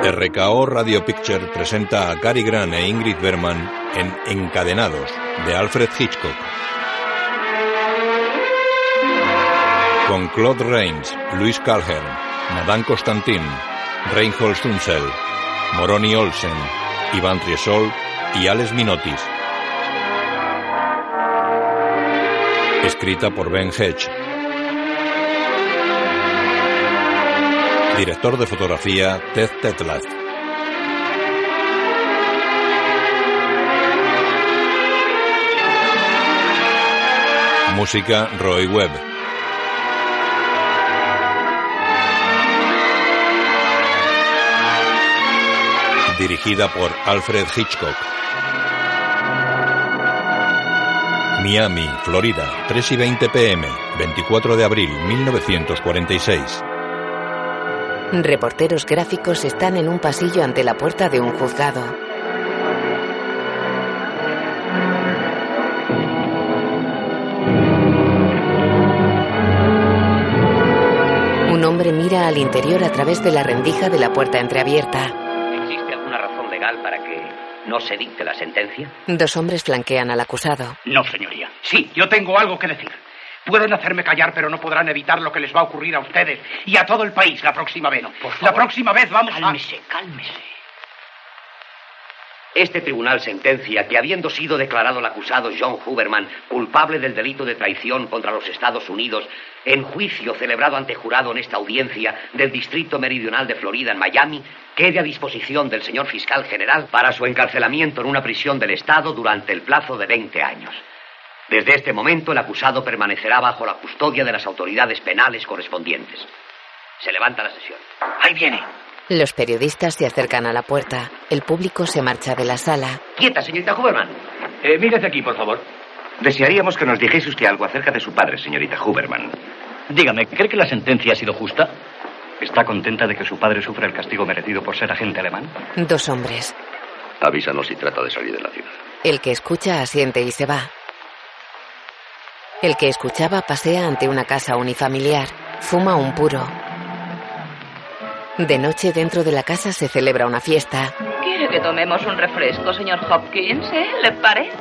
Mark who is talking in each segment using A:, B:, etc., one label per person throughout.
A: RKO Radio Picture presenta a Cary Grant e Ingrid Berman en Encadenados, de Alfred Hitchcock. Con Claude Rains, Luis Calhern, Madame Constantin, Reinhold Stunzel, Moroni Olsen, Iván Triesol y Alex Minotis. Escrita por Ben Hedge. Director de fotografía Ted Tetlath. Música Roy Webb. Dirigida por Alfred Hitchcock. Miami, Florida, 3 y 20 pm, 24 de abril 1946.
B: Reporteros gráficos están en un pasillo ante la puerta de un juzgado. Un hombre mira al interior a través de la rendija de la puerta entreabierta.
C: ¿Existe alguna razón legal para que no se dicte la sentencia?
B: Dos hombres flanquean al acusado.
D: No, señoría. Sí, yo tengo algo que decir. Pueden hacerme callar, pero no podrán evitar lo que les va a ocurrir a ustedes y a todo el país la próxima vez. la próxima vez vamos
C: Cálmese, cálmese. Este tribunal sentencia que, habiendo sido declarado el acusado John Huberman culpable del delito de traición contra los Estados Unidos, en juicio celebrado ante jurado en esta audiencia del Distrito Meridional de Florida, en Miami, quede a disposición del señor fiscal general para su encarcelamiento en una prisión del Estado durante el plazo de 20 años. Desde este momento, el acusado permanecerá bajo la custodia de las autoridades penales correspondientes. Se levanta la sesión.
D: Ahí viene.
B: Los periodistas se acercan a la puerta. El público se marcha de la sala.
C: Quieta, señorita Huberman.
E: Eh, mírate aquí, por favor.
F: Desearíamos que nos dijese usted algo acerca de su padre, señorita Huberman.
E: Dígame, ¿cree que la sentencia ha sido justa? ¿Está contenta de que su padre sufra el castigo merecido por ser agente alemán?
B: Dos hombres.
F: Avísanos si trata de salir de la ciudad.
B: El que escucha asiente y se va. El que escuchaba pasea ante una casa unifamiliar, fuma un puro. De noche dentro de la casa se celebra una fiesta.
G: ¿Quiere que tomemos un refresco, señor Hopkins? ¿Eh? ¿Le parece?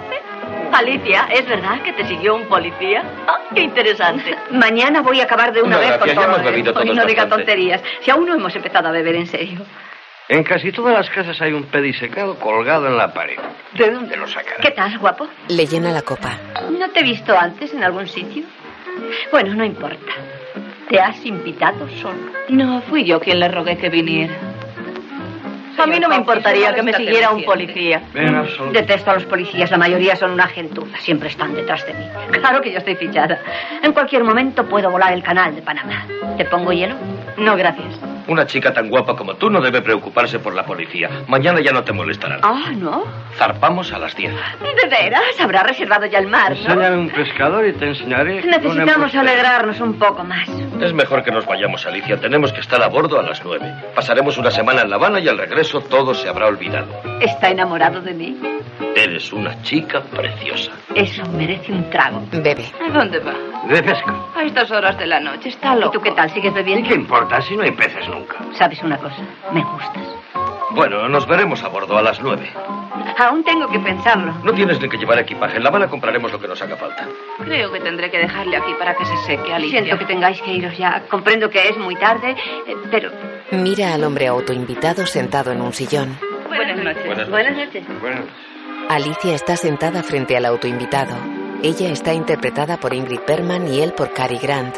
G: Alicia, ¿es verdad que te siguió un policía? Ah, qué interesante.
H: Mañana voy a acabar de una
E: No,
H: vez
E: gracias,
H: con
E: ya
H: todo.
E: hemos bebido
H: ¿eh?
E: todos
H: Hoy no diga
E: bastante.
H: tonterías. Si aún no hemos empezado a beber en serio.
F: En casi todas las casas hay un pedisecado colgado en la pared. ¿De dónde lo sacará?
H: ¿Qué tal, guapo?
B: Le llena la copa.
H: ¿No te he visto antes en algún sitio? Bueno, no importa. Te has invitado solo.
G: No, fui yo quien le rogué que viniera.
H: A mí no me
G: Hopkins,
H: importaría que me
G: molesta
H: siguiera un
G: suficiente.
H: policía.
E: En absoluto.
H: Detesto a los policías, la mayoría son una gentuza, siempre están detrás de mí. Claro que yo estoy fichada. En cualquier momento puedo volar el canal de Panamá. ¿Te pongo hielo? No, gracias.
E: Una chica tan guapa como tú no debe preocuparse por la policía. Mañana ya no te molestarán.
H: Ah, ¿no?
E: Zarpamos a las 10.
H: ¿De veras? Habrá reservado ya el mar, ¿no?
F: un pescador y te enseñaré.
H: Necesitamos alegrarnos un poco más.
E: Es mejor que nos vayamos, Alicia. Tenemos que estar a bordo a las 9. Pasaremos una semana en La Habana y al regreso todo se habrá olvidado.
H: ¿Está enamorado de mí?
E: Eres una chica preciosa.
H: Eso merece un trago.
B: Bebe.
G: ¿A dónde va?
F: De pesca.
G: A estas horas de la noche, está loco.
H: ¿Y tú qué tal? ¿Sigues bebiendo?
F: importa si no hay peces nunca?
H: ¿Sabes una cosa? Me gustas.
E: Bueno, nos veremos a bordo a las 9.
H: Aún tengo que pensarlo.
E: No tienes ni que llevar equipaje. En La Habana compraremos lo que nos haga falta.
G: Creo que tendré que dejarle aquí para que se seque, Alicia.
H: Siento que tengáis que iros ya. Comprendo que es muy tarde, eh, pero...
B: Mira al hombre autoinvitado sentado en un sillón.
G: Buenas noches.
H: Buenas noches.
B: Alicia está sentada frente al autoinvitado. Ella está interpretada por Ingrid Berman y él por Cary Grant.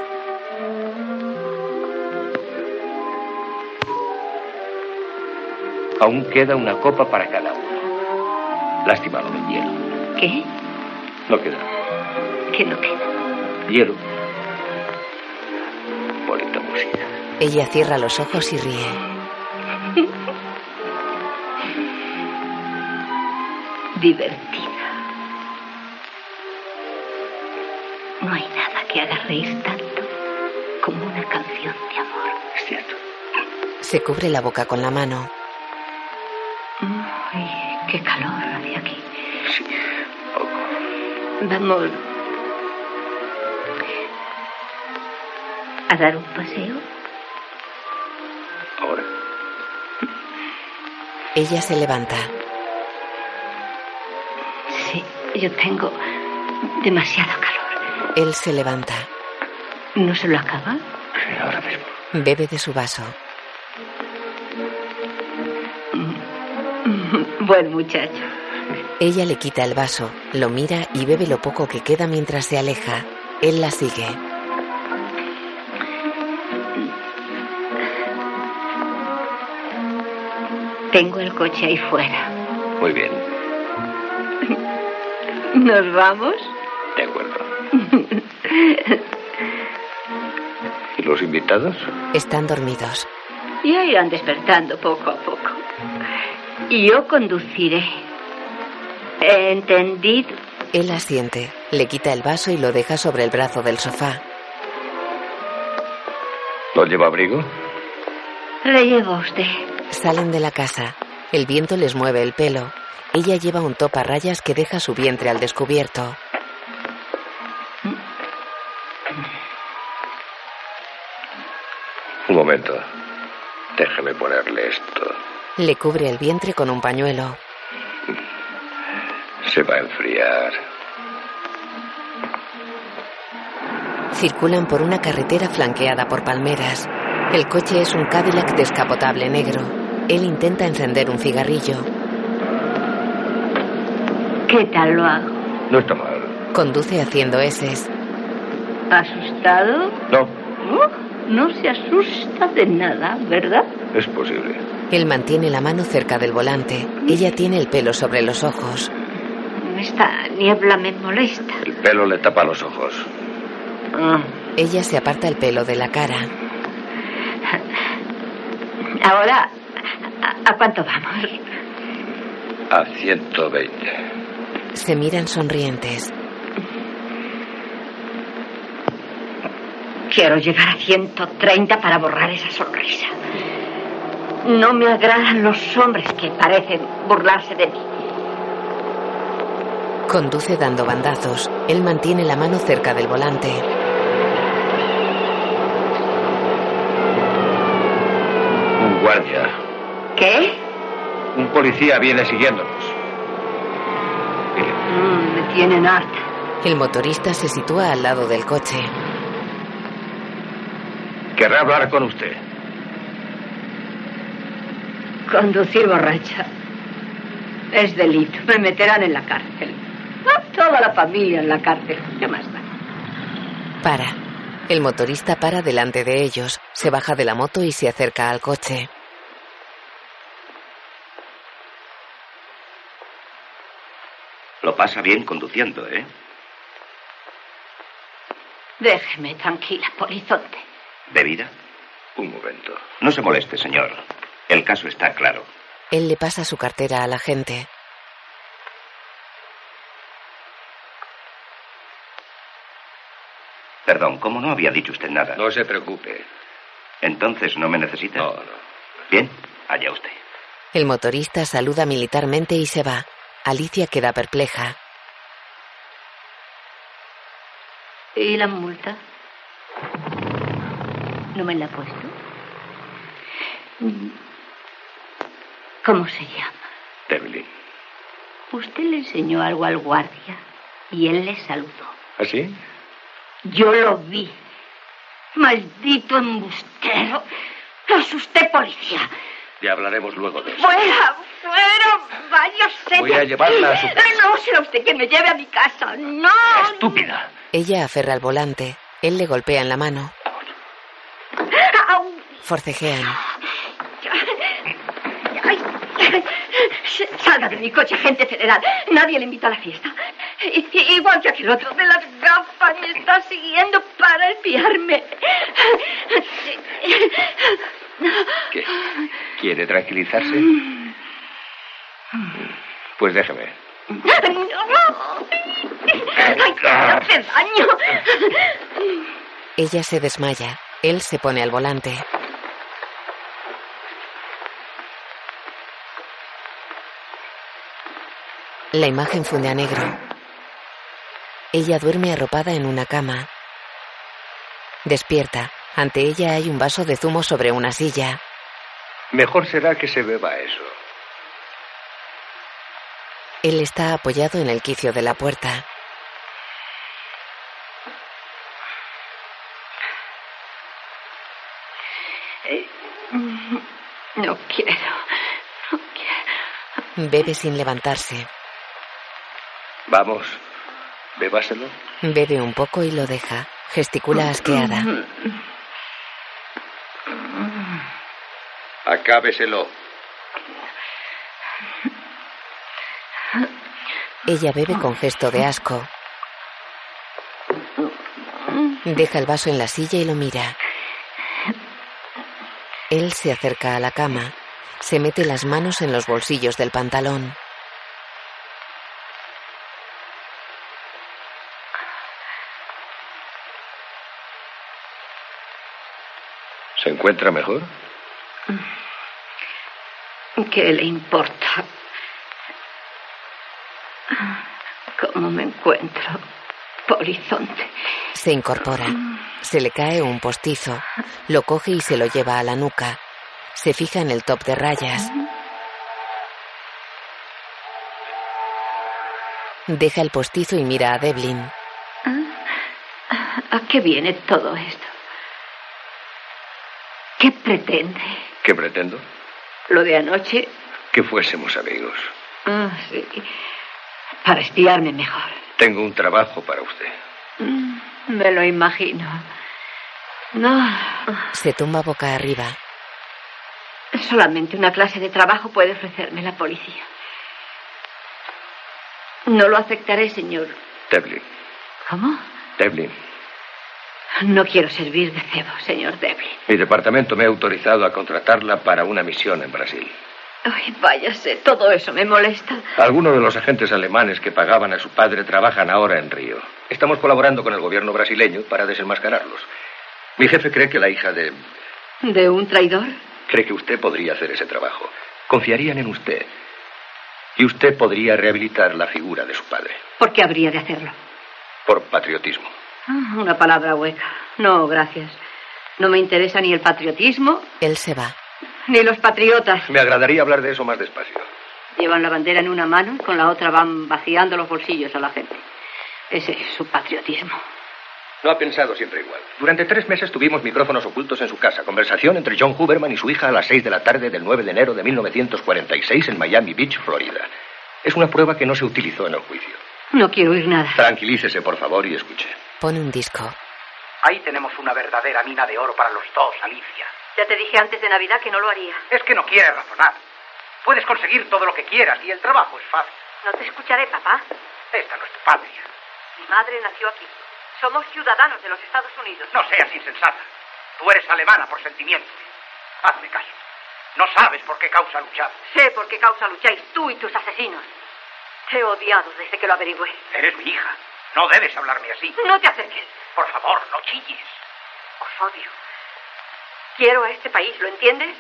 E: Aún queda una copa para cada uno. Lástima lo del hielo.
H: ¿Qué?
E: No queda.
H: ¿Qué no queda?
E: Hielo. Bonita música.
B: Ella cierra los ojos y ríe.
H: Divertida. No hay nada que haga reír tanto como una canción de amor.
E: Es cierto.
B: Se cubre la boca con la mano.
H: Ay, qué calor hace aquí. Vamos a dar un paseo.
E: Ahora.
B: Ella se levanta.
H: Sí, yo tengo demasiado calor.
B: Él se levanta.
H: ¿No se lo acaba?
E: Ahora mismo.
B: Bebe de su vaso.
H: Mm, Buen muchacho.
B: Ella le quita el vaso, lo mira y bebe lo poco que queda mientras se aleja. Él la sigue.
H: Tengo el coche ahí fuera.
E: Muy bien,
H: ¿Nos vamos?
E: de acuerdo. ¿Y los invitados?
B: Están dormidos.
H: Ya irán despertando poco a poco. Y yo conduciré. ¿Entendido?
B: Él asiente, le quita el vaso y lo deja sobre el brazo del sofá.
E: ¿No lleva abrigo?
H: Le llevo a usted.
B: Salen de la casa. El viento les mueve el pelo. Ella lleva un top a rayas que deja su vientre al descubierto.
E: Un momento. Déjeme ponerle esto.
B: Le cubre el vientre con un pañuelo.
E: Se va a enfriar.
B: Circulan por una carretera flanqueada por palmeras. El coche es un Cadillac descapotable negro. Él intenta encender un cigarrillo.
H: ¿Qué tal lo hago?
E: No está mal.
B: Conduce haciendo eses.
H: ¿Asustado?
E: No,
H: Oh, no se asusta de nada, ¿verdad?
E: es posible.
B: Él mantiene la mano cerca del volante. Ella tiene el pelo sobre los ojos.
H: Esta niebla me molesta.
E: El pelo le tapa los ojos.
H: Ah,
B: Mm. Ella se aparta el pelo de la cara.
H: Ahora, ¿a, a cuánto vamos?
E: A 120.
B: Se miran sonrientes.
H: Quiero llegar a 130 para borrar esa sonrisa. No me agradan los hombres que parecen burlarse de mí.
B: Conduce dando bandazos. Él mantiene la mano cerca del volante.
E: Un guardia
H: ¿Qué?
E: Un policía viene siguiéndonos.
H: Mm, me tienen harta.
B: El motorista se sitúa al lado del coche.
E: Querrá hablar con usted.
H: Conducir borracha. Es delito. Me meterán en la cárcel. Ah, Toda la familia en la cárcel. ¿Qué más da?
B: Para. El motorista para delante de ellos, se baja de la moto y se acerca al coche.
C: Lo pasa bien conduciendo, ¿eh?
H: Déjeme tranquila, polizonte.
C: ¿Bebida?
E: Un momento.
C: No se moleste, señor. El caso está claro.
B: Él le pasa su cartera a la gente.
C: Perdón, ¿cómo no había dicho usted nada?
E: No se preocupe.
C: Entonces no me necesita.
E: No, no.
C: Bien, allá usted.
B: El motorista saluda militarmente y se va. Alicia queda perpleja.
H: ¿Y la multa? ¿No me la ha puesto? Mm. ¿Cómo se llama?
E: Devlin.
H: Usted le enseñó algo al guardia y él le saludó.
E: ¿Así?
H: Yo lo vi. Maldito embustero. Es usted policía.
E: Ya hablaremos luego de eso.
H: Fuera, fuera, váyase.
E: Voy
H: de
E: a
H: aquí.
E: llevarla a su casa.
H: No será usted quien me lleve a mi casa. No.
E: Estúpida.
B: Ella aferra al volante. Él le golpea en la mano.
H: Au.
B: Forcejean.
H: Ay, Salga de mi coche, gente federal. Nadie le invita a la fiesta. I- i- Igual que aquel otro de las gafas me está siguiendo para espiarme.
E: ¿Qué? ¿Quiere tranquilizarse? Pues déjeme.
H: ¡No! ¡Ay, que me hace daño!
B: Ella se desmaya. Él se pone al volante. La imagen funde a negro. Ella duerme arropada en una cama. Despierta. Ante ella hay un vaso de zumo sobre una silla.
E: Mejor será que se beba eso.
B: Él está apoyado en el quicio de la puerta.
H: No quiero.
B: Bebe sin levantarse.
E: Vamos, bebáselo.
B: Bebe un poco y lo deja. Gesticula asqueada.
E: Acábeselo.
B: Ella bebe con gesto de asco. Deja el vaso en la silla y lo mira. Él se acerca a la cama. Se mete las manos en los bolsillos del pantalón.
E: ¿Se encuentra mejor?
H: ¿Qué le importa? ¿Cómo me encuentro? Polizonte.
B: Se incorpora. Se le cae un postizo. Lo coge y se lo lleva a la nuca. Se fija en el top de rayas. Deja el postizo y mira a Devlin.
H: ah? ¿A qué viene todo esto? ¿Qué pretende?
E: ¿Qué pretendo?
H: ¿Lo de anoche?
E: Que fuésemos amigos.
H: Ah, sí. Para espiarme mejor.
E: Tengo un trabajo para usted.
H: Mm, Me lo imagino. No,
B: Se tumba boca arriba.
H: solamente una clase de trabajo puede ofrecerme la policía. No lo aceptaré, señor.
E: Devlin.
H: ¿Cómo?
E: Devlin.
H: No quiero servir de cebo, señor Devlin.
E: Mi departamento me ha autorizado a contratarla para una misión en Brasil.
H: Ay, váyase, todo eso me molesta.
E: Algunos de los agentes alemanes que pagaban a su padre trabajan ahora en Río. Estamos colaborando con el gobierno brasileño para desenmascararlos. Mi jefe cree que la hija de...
H: ¿De un traidor?
E: cree que usted podría hacer ese trabajo. Confiarían en usted. Y usted podría rehabilitar la figura de su padre.
H: ¿Por qué habría de hacerlo?
E: Por patriotismo.
H: Ah, Una palabra hueca. No, gracias. No me interesa ni el patriotismo
B: Él se va.
H: ni los patriotas.
E: Me agradaría hablar de eso más despacio.
H: Llevan la bandera en una mano y con la otra van vaciando los bolsillos a la gente. Ese es su patriotismo.
E: No ha pensado siempre igual. Durante tres meses tuvimos micrófonos ocultos en su casa. Conversación entre John Huberman y su hija a las seis de la tarde del 9 de enero de 1946 en Miami Beach, Florida. Es una prueba que no se utilizó en el juicio.
H: No quiero oír nada.
E: Tranquilícese, por favor, y escuche.
B: Pone un disco.
C: Ahí tenemos una verdadera mina de oro para los dos, Alicia.
H: Ya te dije antes de Navidad que no lo haría.
C: Es que no quieres razonar. Puedes conseguir todo lo que quieras y el trabajo es fácil.
H: No te escucharé, papá.
C: Esta no es tu patria.
H: Mi madre nació aquí. Somos ciudadanos de los Estados Unidos.
C: No seas insensata. Tú eres alemana por sentimiento. Hazme caso. No sabes por qué causa luchar.
H: Sé por qué causa lucháis tú y tus asesinos. Te he odiado desde que lo averigüé.
C: Eres mi hija. No debes hablarme así.
H: No te acerques.
C: Por favor, no chilles.
H: Os odio. Quiero a este país, ¿lo entiendes?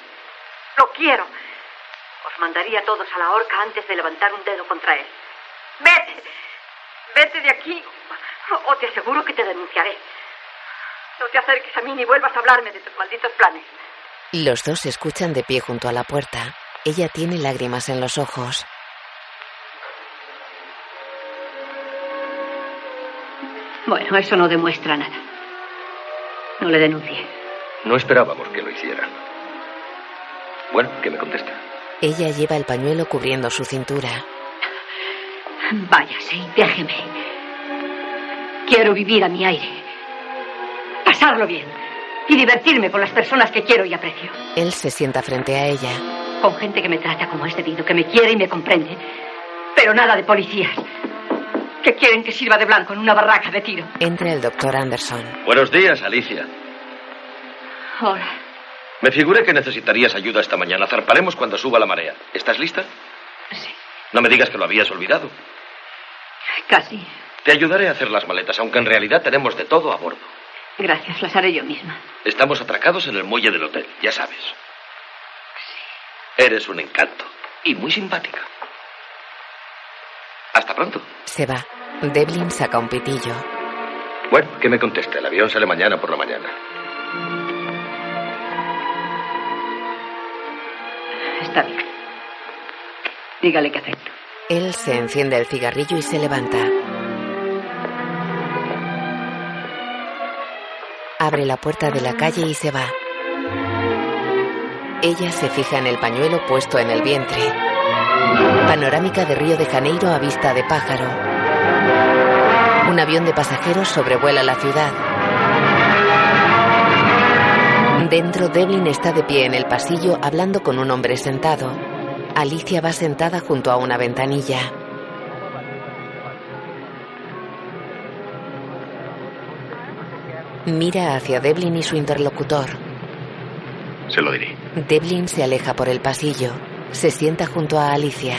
H: Lo quiero. Os mandaría a todos a la horca antes de levantar un dedo contra él. Vete. Vete de aquí. O te aseguro que te denunciaré. No te acerques a mí ni vuelvas a hablarme de tus malditos planes.
B: Los dos se escuchan de pie junto a la puerta. Ella tiene lágrimas en los ojos.
H: Bueno, eso no demuestra nada. No le denuncie.
E: No esperábamos que lo hiciera. Bueno, que me conteste.
B: Ella lleva el pañuelo cubriendo su cintura.
H: Váyase y déjeme. Quiero vivir a mi aire. Pasarlo bien. Y divertirme con las personas que quiero y aprecio.
B: Él se sienta frente a ella.
H: Con gente que me trata como es debido, que me quiere y me comprende. Pero nada de policías. Que quieren que sirva de blanco en una barraca de tiro.
B: Entra el doctor Anderson.
E: Buenos días, Alicia.
H: Ahora,
E: Me figuré que necesitarías ayuda esta mañana. Zarparemos cuando suba la marea. ¿Estás lista?
H: sí,
E: No me digas que lo habías olvidado.
H: casi.
E: Te ayudaré a hacer las maletas, aunque en realidad tenemos de todo a bordo.
H: Gracias, las haré yo misma.
E: Estamos atracados en el muelle del hotel, ya sabes. Eres un encanto y muy simpática. Hasta pronto.
B: Se va. Devlin saca un pitillo.
E: Bueno, que me conteste. El avión sale mañana por la mañana.
H: Está bien. Dígale que acepto.
B: Él se enciende el cigarrillo y se levanta. Abre la puerta de la calle y se va. Ella se fija en el pañuelo puesto en el vientre. Panorámica de Río de Janeiro a vista de pájaro. Un avión de pasajeros sobrevuela la ciudad. Dentro, Devlin está de pie en el pasillo hablando con un hombre sentado. Alicia va sentada junto a una ventanilla. Mira hacia Devlin y su interlocutor.
C: Se lo diré.
B: Devlin se aleja por el pasillo. Se sienta junto a Alicia.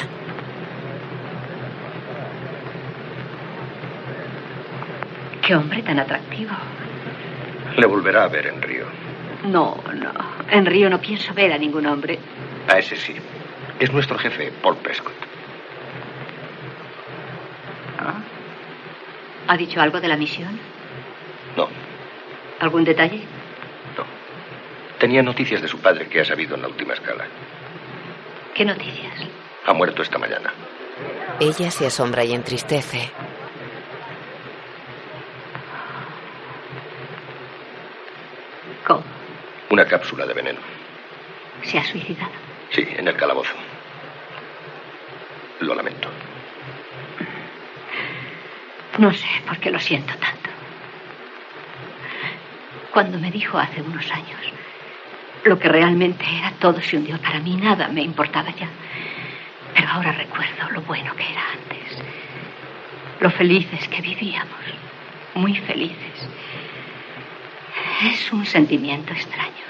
H: Qué hombre tan atractivo.
E: Le volverá a ver en Río.
H: No, no. En Río no pienso ver a ningún hombre.
E: A ese sí. Es nuestro jefe, Paul Prescott.
H: Ah. ¿Ha dicho algo de la misión?
E: No,
H: ¿Algún detalle?
E: tenía noticias de su padre que ha sabido en la última escala.
H: ¿Qué noticias?
E: Ha muerto esta mañana.
B: Ella se asombra y entristece.
H: ¿Cómo?
E: Una cápsula de veneno.
H: ¿Se ha suicidado?
E: Sí, en el calabozo. Lo lamento.
H: No sé por qué lo siento tanto. Cuando me dijo hace unos años lo que realmente era, todo se hundió para mí, nada me importaba ya. Pero ahora recuerdo lo bueno que era antes, lo felices que vivíamos, muy felices. Es un sentimiento extraño,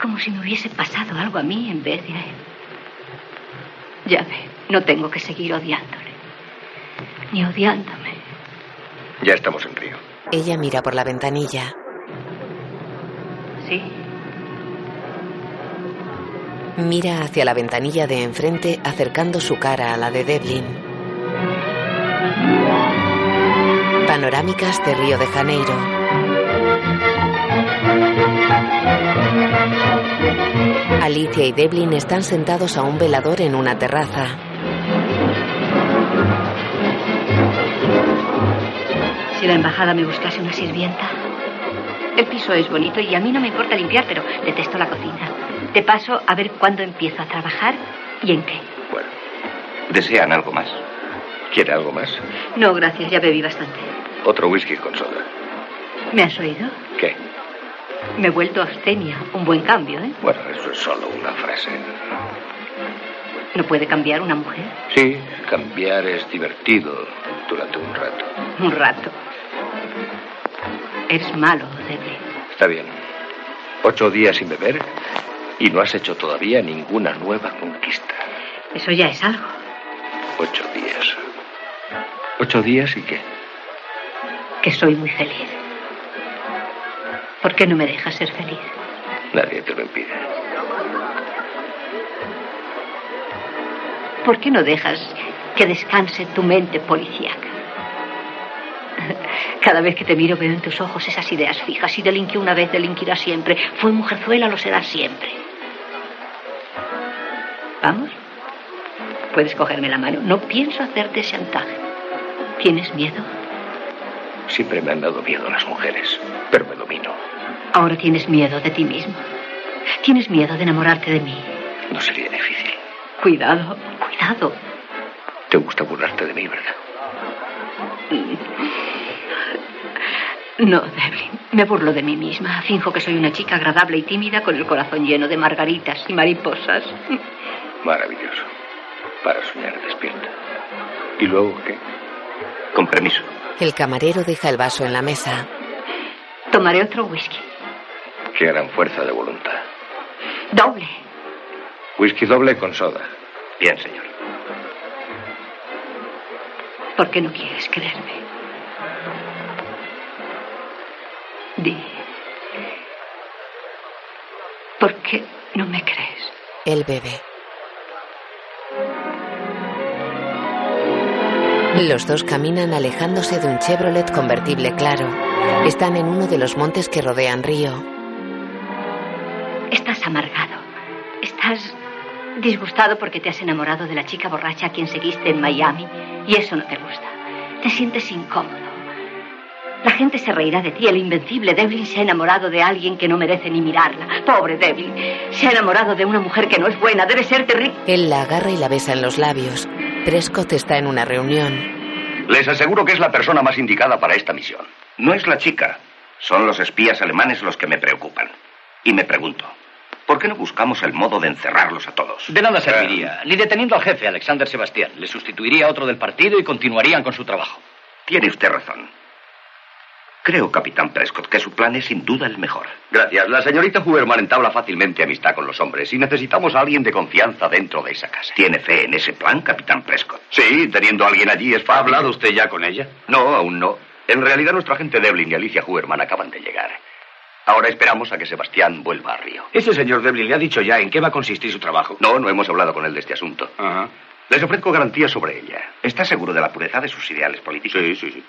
H: como si me hubiese pasado algo a mí en vez de a él. Ya ve, no tengo que seguir odiándole, ni odiándome.
E: Ya estamos en Río.
B: Ella mira por la ventanilla.
H: Sí,
B: Mira hacia la ventanilla de enfrente acercando su cara a la de Devlin. Panorámicas de Río de Janeiro. Alicia y Devlin están sentados a un velador en una terraza.
H: Si la embajada me buscase una sirvienta. El piso es bonito y a mí no me importa limpiar, pero detesto la cocina. Te paso a ver cuándo empiezo a trabajar y en qué.
C: Bueno. ¿Desean algo más?
E: ¿Quiere algo más?
H: No, gracias, ya bebí bastante.
E: Otro whisky con soda.
H: ¿Me has oído?
E: ¿Qué?
H: Me he vuelto abstenia. Un buen cambio, ¿eh?
E: Bueno, eso es solo una frase.
H: ¿No puede cambiar una mujer?
E: Sí, cambiar es divertido durante un rato.
H: Un rato. Eres malo, Devlin.
E: Está bien. Ocho días sin beber y no has hecho todavía ninguna nueva conquista.
H: Eso ya es algo.
E: Ocho días. ¿Ocho días y qué?
H: Que soy muy feliz. ¿Por qué no me dejas ser feliz?
E: Nadie te lo impide.
H: ¿Por qué no dejas que descanse tu mente policíaca? Cada vez que te miro veo en tus ojos esas ideas fijas. Si delinquió una vez, delinquirá siempre. Fue mujerzuela, lo será siempre. ¿Vamos? Puedes cogerme la mano. No pienso hacerte chantaje. ¿Tienes miedo?
E: Siempre me han dado miedo las mujeres, pero me domino.
H: Ahora tienes miedo de ti mismo. Tienes miedo de enamorarte de mí.
E: No sería difícil.
H: Cuidado, cuidado.
E: Te gusta burlarte de mí, ¿verdad?
H: No, Devlin. Me burlo de mí misma. Finjo que soy una chica agradable y tímida con el corazón lleno de margaritas y mariposas.
E: Maravilloso. Para soñar despierta. ¿Y luego qué?
C: Con permiso.
B: El camarero deja el vaso en la mesa.
H: Tomaré otro whisky.
E: Qué gran fuerza de voluntad.
H: Doble.
E: Whisky doble con soda.
C: Bien, señor.
H: ¿Por qué no quieres creerme? Di. ¿Por qué no me crees?
B: Él bebe. Los dos caminan alejándose de un Chevrolet convertible claro. Están en uno de los montes que rodean Río.
H: Estás amargado. Estás Disgustado porque te has enamorado de la chica borracha a quien seguiste en Miami y eso no te gusta. Te sientes incómodo. La gente se reirá de ti. El invencible Devlin se ha enamorado de alguien que no merece ni mirarla. Pobre Devlin. Se ha enamorado de una mujer que no es buena. Debe ser terrible.
B: Él la agarra y la besa en los labios. Prescott está en una reunión.
C: Les aseguro que es la persona más indicada para esta misión. No es la chica. Son los espías alemanes los que me preocupan. Y me pregunto, ¿por qué no buscamos el modo de encerrarlos a todos? Eh.
I: De nada serviría. Ni deteniendo al jefe, Alexander Sebastián. Le sustituiría a otro del partido y continuarían con su trabajo.
C: Tiene usted razón. Creo, capitán Prescott, que su plan es sin duda el mejor. Gracias. La señorita Huberman entabla fácilmente amistad con los hombres y necesitamos a alguien de confianza dentro de esa casa. ¿Tiene fe en ese plan, capitán Prescott? Sí, teniendo a alguien allí es ¿Ha hablado usted ya con ella? No, aún no. En realidad, nuestra gente Devlin y Alicia Huberman acaban de llegar. Ahora esperamos a que Sebastián vuelva a Río.
I: Ese señor Devlin le ha dicho ya en qué va a consistir su trabajo.
C: No, no hemos hablado con él de este asunto.
I: Ajá.
C: Les ofrezco garantías sobre ella. ¿Está seguro de la pureza de sus ideales políticos? Sí, sí, sí.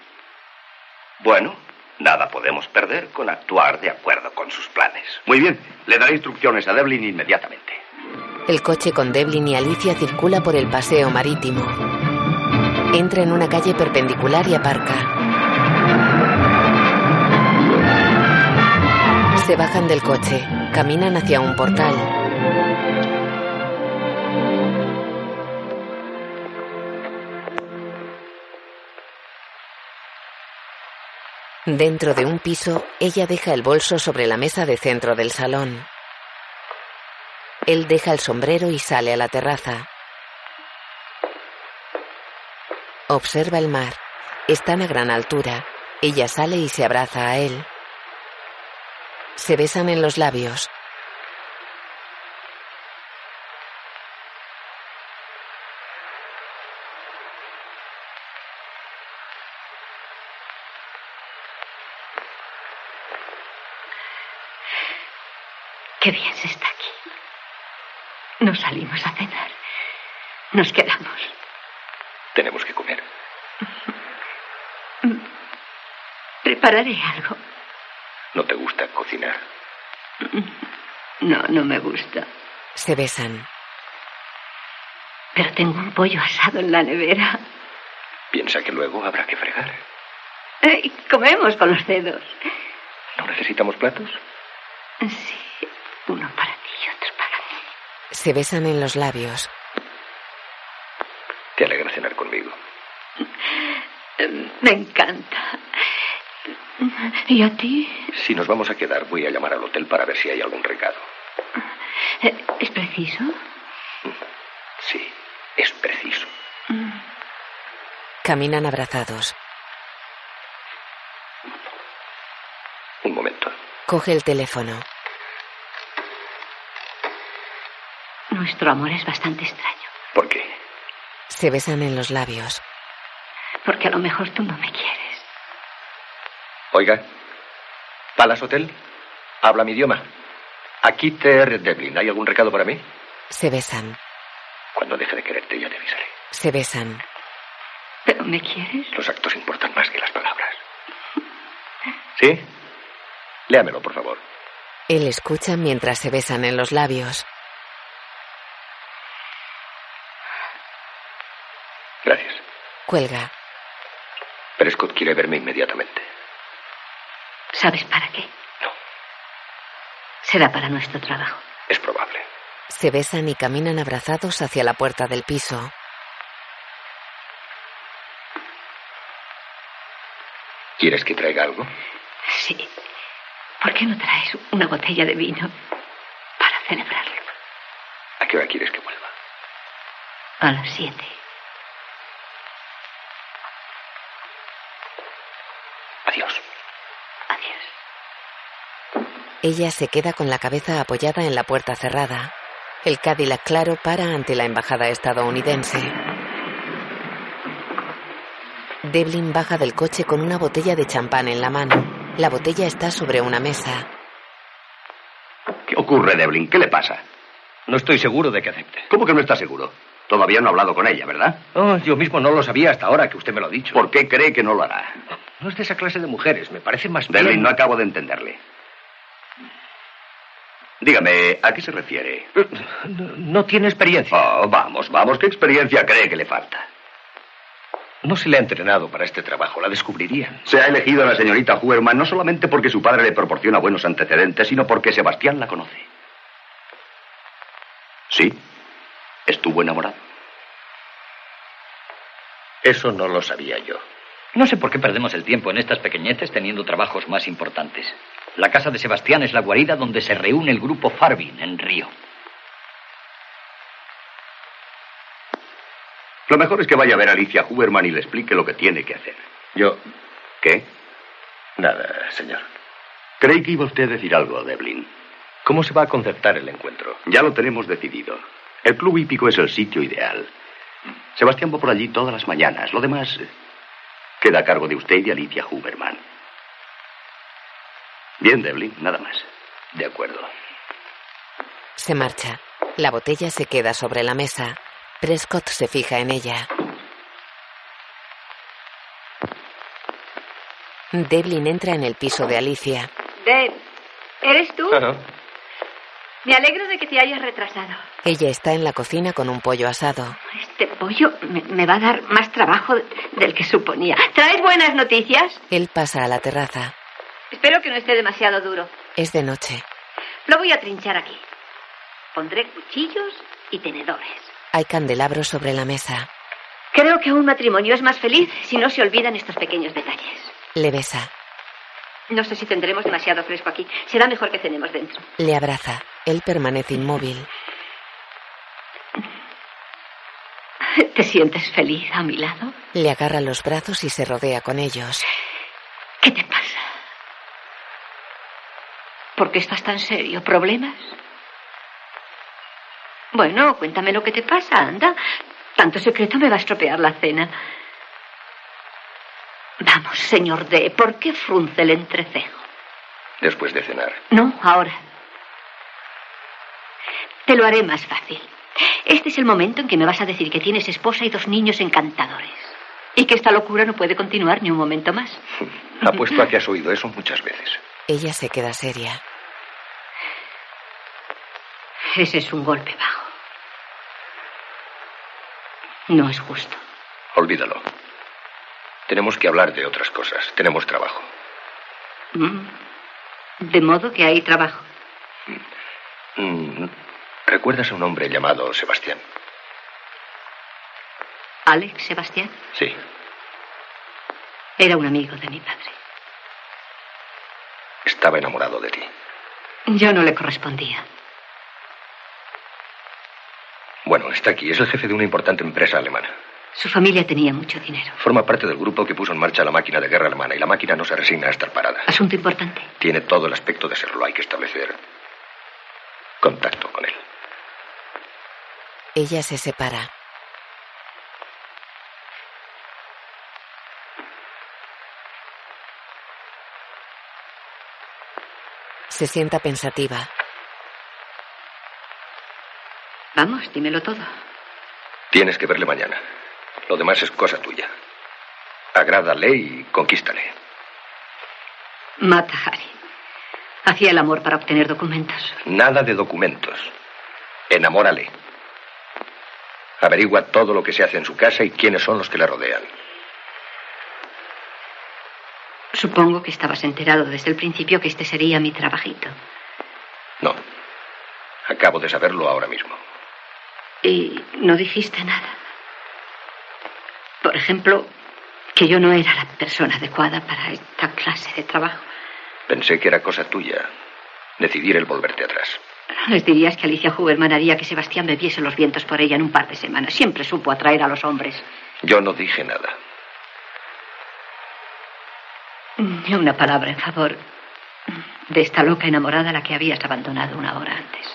C: Bueno, nada podemos perder con actuar de acuerdo con sus planes. Muy bien, le daré instrucciones a Devlin inmediatamente.
B: El coche con Devlin y Alicia circula por el paseo marítimo. Entra en una calle perpendicular y aparca. Se bajan del coche, caminan hacia un portal. Dentro de un piso, ella deja el bolso sobre la mesa de centro del salón. Él deja el sombrero y sale a la terraza. Observa el mar. Están a gran altura. Ella sale y se abraza a él. Se besan en los labios.
H: Qué bien se está aquí. No salimos a cenar. Nos quedamos.
E: Tenemos que comer.
H: Mm. Prepararé algo.
E: No te gusta cocinar.
H: No, no me gusta.
B: Se besan.
H: Pero tengo un pollo asado en la nevera.
E: Piensa que luego habrá que fregar.
H: Eh, y comemos con los dedos.
E: ¿No necesitamos platos?
H: Sí, uno para ti y otro para mí.
B: Se besan en los labios.
E: Te alegra cenar conmigo.
H: Eh, Me encanta. ¿Y a ti?
E: Si nos vamos a quedar, voy a llamar al hotel para ver si hay algún recado.
H: Eh, ¿Es preciso?
E: Sí, es preciso.
B: Mm. Caminan abrazados.
E: Un momento.
B: Coge el teléfono.
H: Nuestro amor es bastante extraño.
E: ¿Por qué?
B: Se besan en los labios.
H: Porque a lo mejor tú no me quieres.
E: Oiga, Palace Hotel, habla mi idioma. Aquí T.R. Devlin, ¿hay algún recado para mí?
B: Se besan.
E: Cuando deje de quererte ya te avisaré.
B: Se besan.
H: ¿Pero me quieres?
E: Los actos importan más que las palabras. ¿Sí? Léamelo, por favor.
B: Él escucha mientras se besan en los labios.
E: Gracias.
B: Cuelga.
E: Prescott quiere verme inmediatamente.
H: ¿Sabes para qué?
E: No.
H: Será para nuestro trabajo.
E: Es probable.
B: Se besan y caminan abrazados hacia la puerta del piso.
E: ¿Quieres que traiga algo?
H: Sí. ¿Por qué no traes una botella de vino para celebrarlo?
E: ¿A qué hora quieres que vuelva?
H: A las siete.
E: Adiós.
H: Adiós.
B: Ella se queda con la cabeza apoyada en la puerta cerrada. El Cadillac Claro para ante la embajada estadounidense. Devlin baja del coche con una botella de champán en la mano. La botella está sobre una mesa.
C: ¿Qué ocurre, Devlin? ¿Qué le pasa?
E: No estoy seguro de que acepte.
C: ¿Cómo que no está seguro? Todavía no ha hablado con ella, ¿verdad?
E: Oh, yo mismo no lo sabía hasta ahora que usted me lo ha dicho.
C: ¿Por qué cree que no lo hará?
E: No es de esa clase de mujeres, me parece más
C: Devlin,
E: bien-
C: no acabo de entenderle. Dígame, ¿a qué se refiere? No tiene experiencia. Oh, vamos, vamos, ¿qué experiencia cree que le falta?
E: No se le ha entrenado para este trabajo, la descubriría.
C: Se ha elegido a la señorita Huerman no solamente porque su padre le proporciona buenos antecedentes, sino porque Sebastián la conoce. Sí, estuvo enamorado.
E: Eso no lo sabía yo.
I: No sé por qué perdemos el tiempo en estas pequeñeces teniendo trabajos más importantes. La casa de Sebastián es la guarida donde se reúne el grupo Farvin en Río.
C: Lo mejor es que vaya a ver a Alicia Huberman y le explique lo que tiene que hacer.
E: Yo.
C: ¿Qué?
E: Nada, señor.
C: Creí que iba usted a decir algo, Devlin.
E: ¿Cómo se va a concertar el encuentro?
C: Ya lo tenemos decidido. El club hípico es el sitio ideal. Sebastián va por allí todas las mañanas. Lo demás eh, queda a cargo de usted y de Alicia Huberman. Bien, Devlin, nada más.
E: De acuerdo.
B: Se marcha. La botella se queda sobre la mesa. Prescott se fija en ella. Devlin entra en el piso de Alicia.
G: Dave, ¿eres tú?
E: Claro.
G: Me alegro de que te hayas retrasado.
B: Ella está en la cocina con un pollo asado.
H: Este pollo me, me va a dar más trabajo del que suponía.
G: ¿Traes buenas noticias?
B: Él pasa a la terraza.
G: Espero que no esté demasiado duro.
B: Es de noche.
G: Lo voy a trinchar aquí. Pondré cuchillos y tenedores.
B: Hay candelabros sobre la mesa.
G: Creo que un matrimonio es más feliz si no se olvidan estos pequeños detalles.
B: Le besa.
G: No sé si tendremos demasiado fresco aquí. Será mejor que cenemos dentro.
B: Le abraza. Él permanece inmóvil.
H: ¿Te sientes feliz a mi lado?
B: Le agarra los brazos y se rodea con ellos.
H: ¿Qué te pasa? ¿Por qué estás tan serio? ¿Problemas? Bueno, cuéntame lo que te pasa, anda. Tanto secreto me va a estropear la cena. Vamos, señor D, ¿por qué frunce el entrecejo?
E: Después de cenar.
H: No, ahora. Te lo haré más fácil. Este es el momento en que me vas a decir que tienes esposa y dos niños encantadores. Y que esta locura no puede continuar ni un momento más.
E: Apuesto a que has oído eso muchas veces.
B: Ella se queda seria.
H: Ese es un golpe bajo. No es justo.
E: Olvídalo. Tenemos que hablar de otras cosas. Tenemos trabajo.
H: Mm. De modo que hay trabajo.
E: Mm, ¿Recuerdas a un hombre llamado Sebastián?
H: Alex Sebastián
E: Sí.
H: era un amigo de mi padre.
E: Estaba enamorado de ti.
H: Yo no le correspondía.
E: Bueno, está aquí. Es el jefe de una importante empresa alemana.
H: Su familia tenía mucho dinero.
E: Forma parte del grupo que puso en marcha la máquina de guerra alemana y la máquina no se resigna a estar parada.
H: Asunto importante.
E: Tiene todo el aspecto de serlo. Hay que establecer contacto con él.
B: Ella se separa. Se sienta pensativa.
H: Vamos, dímelo todo.
E: Tienes que verle mañana. Lo demás es cosa tuya. Agrádale y conquístale.
H: Mata a Harry. Hacía el amor para obtener documentos.
E: Nada de documentos. Enamórale. Averigua todo lo que se hace en su casa y quiénes son los que la rodean.
H: Supongo que estabas enterado desde el principio que este sería mi trabajito.
E: No. Acabo de saberlo ahora mismo.
H: Y no dijiste nada. Por ejemplo, que yo no era la persona adecuada para esta clase de trabajo.
E: Pensé que era cosa tuya decidir el volverte atrás.
H: Les dirías que Alicia Huberman haría que Sebastián bebiese los vientos por ella en un par de semanas. Siempre supo atraer a los hombres.
E: Yo no dije nada.
H: Ni una palabra en favor de esta loca enamorada a la que habías abandonado una hora antes.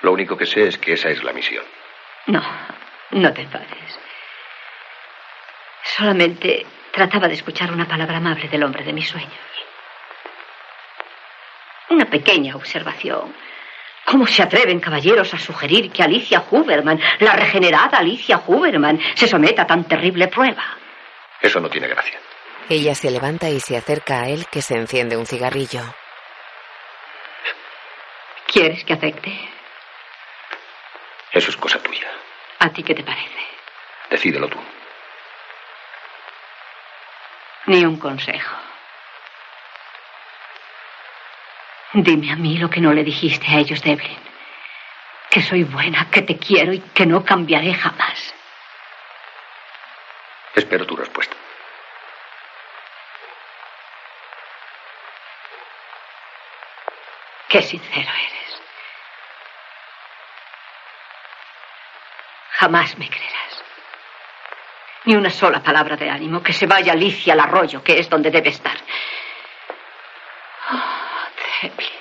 E: Lo único que sé es que esa es la misión.
H: No, no te enfades. Solamente trataba de escuchar una palabra amable del hombre de mis sueños. Una pequeña observación. ¿Cómo se atreven, caballeros, a sugerir que Alicia Huberman, la regenerada Alicia Huberman, se someta a tan terrible prueba?
E: Eso no tiene gracia.
B: Ella se levanta y se acerca a él que se enciende un cigarrillo.
H: ¿Quieres que acepte?
E: Eso es cosa tuya.
H: ¿A ti qué te parece?
E: Decídelo tú.
H: Ni un consejo. Dime a mí lo que no le dijiste a ellos, Devlin. Que soy buena, que te quiero y que no cambiaré jamás.
E: Espero tu respuesta.
H: Qué sincero eres. Jamás me creerás. Ni una sola palabra de ánimo. Que se vaya Alicia al arroyo, que es donde debe estar. Oh, Debbie.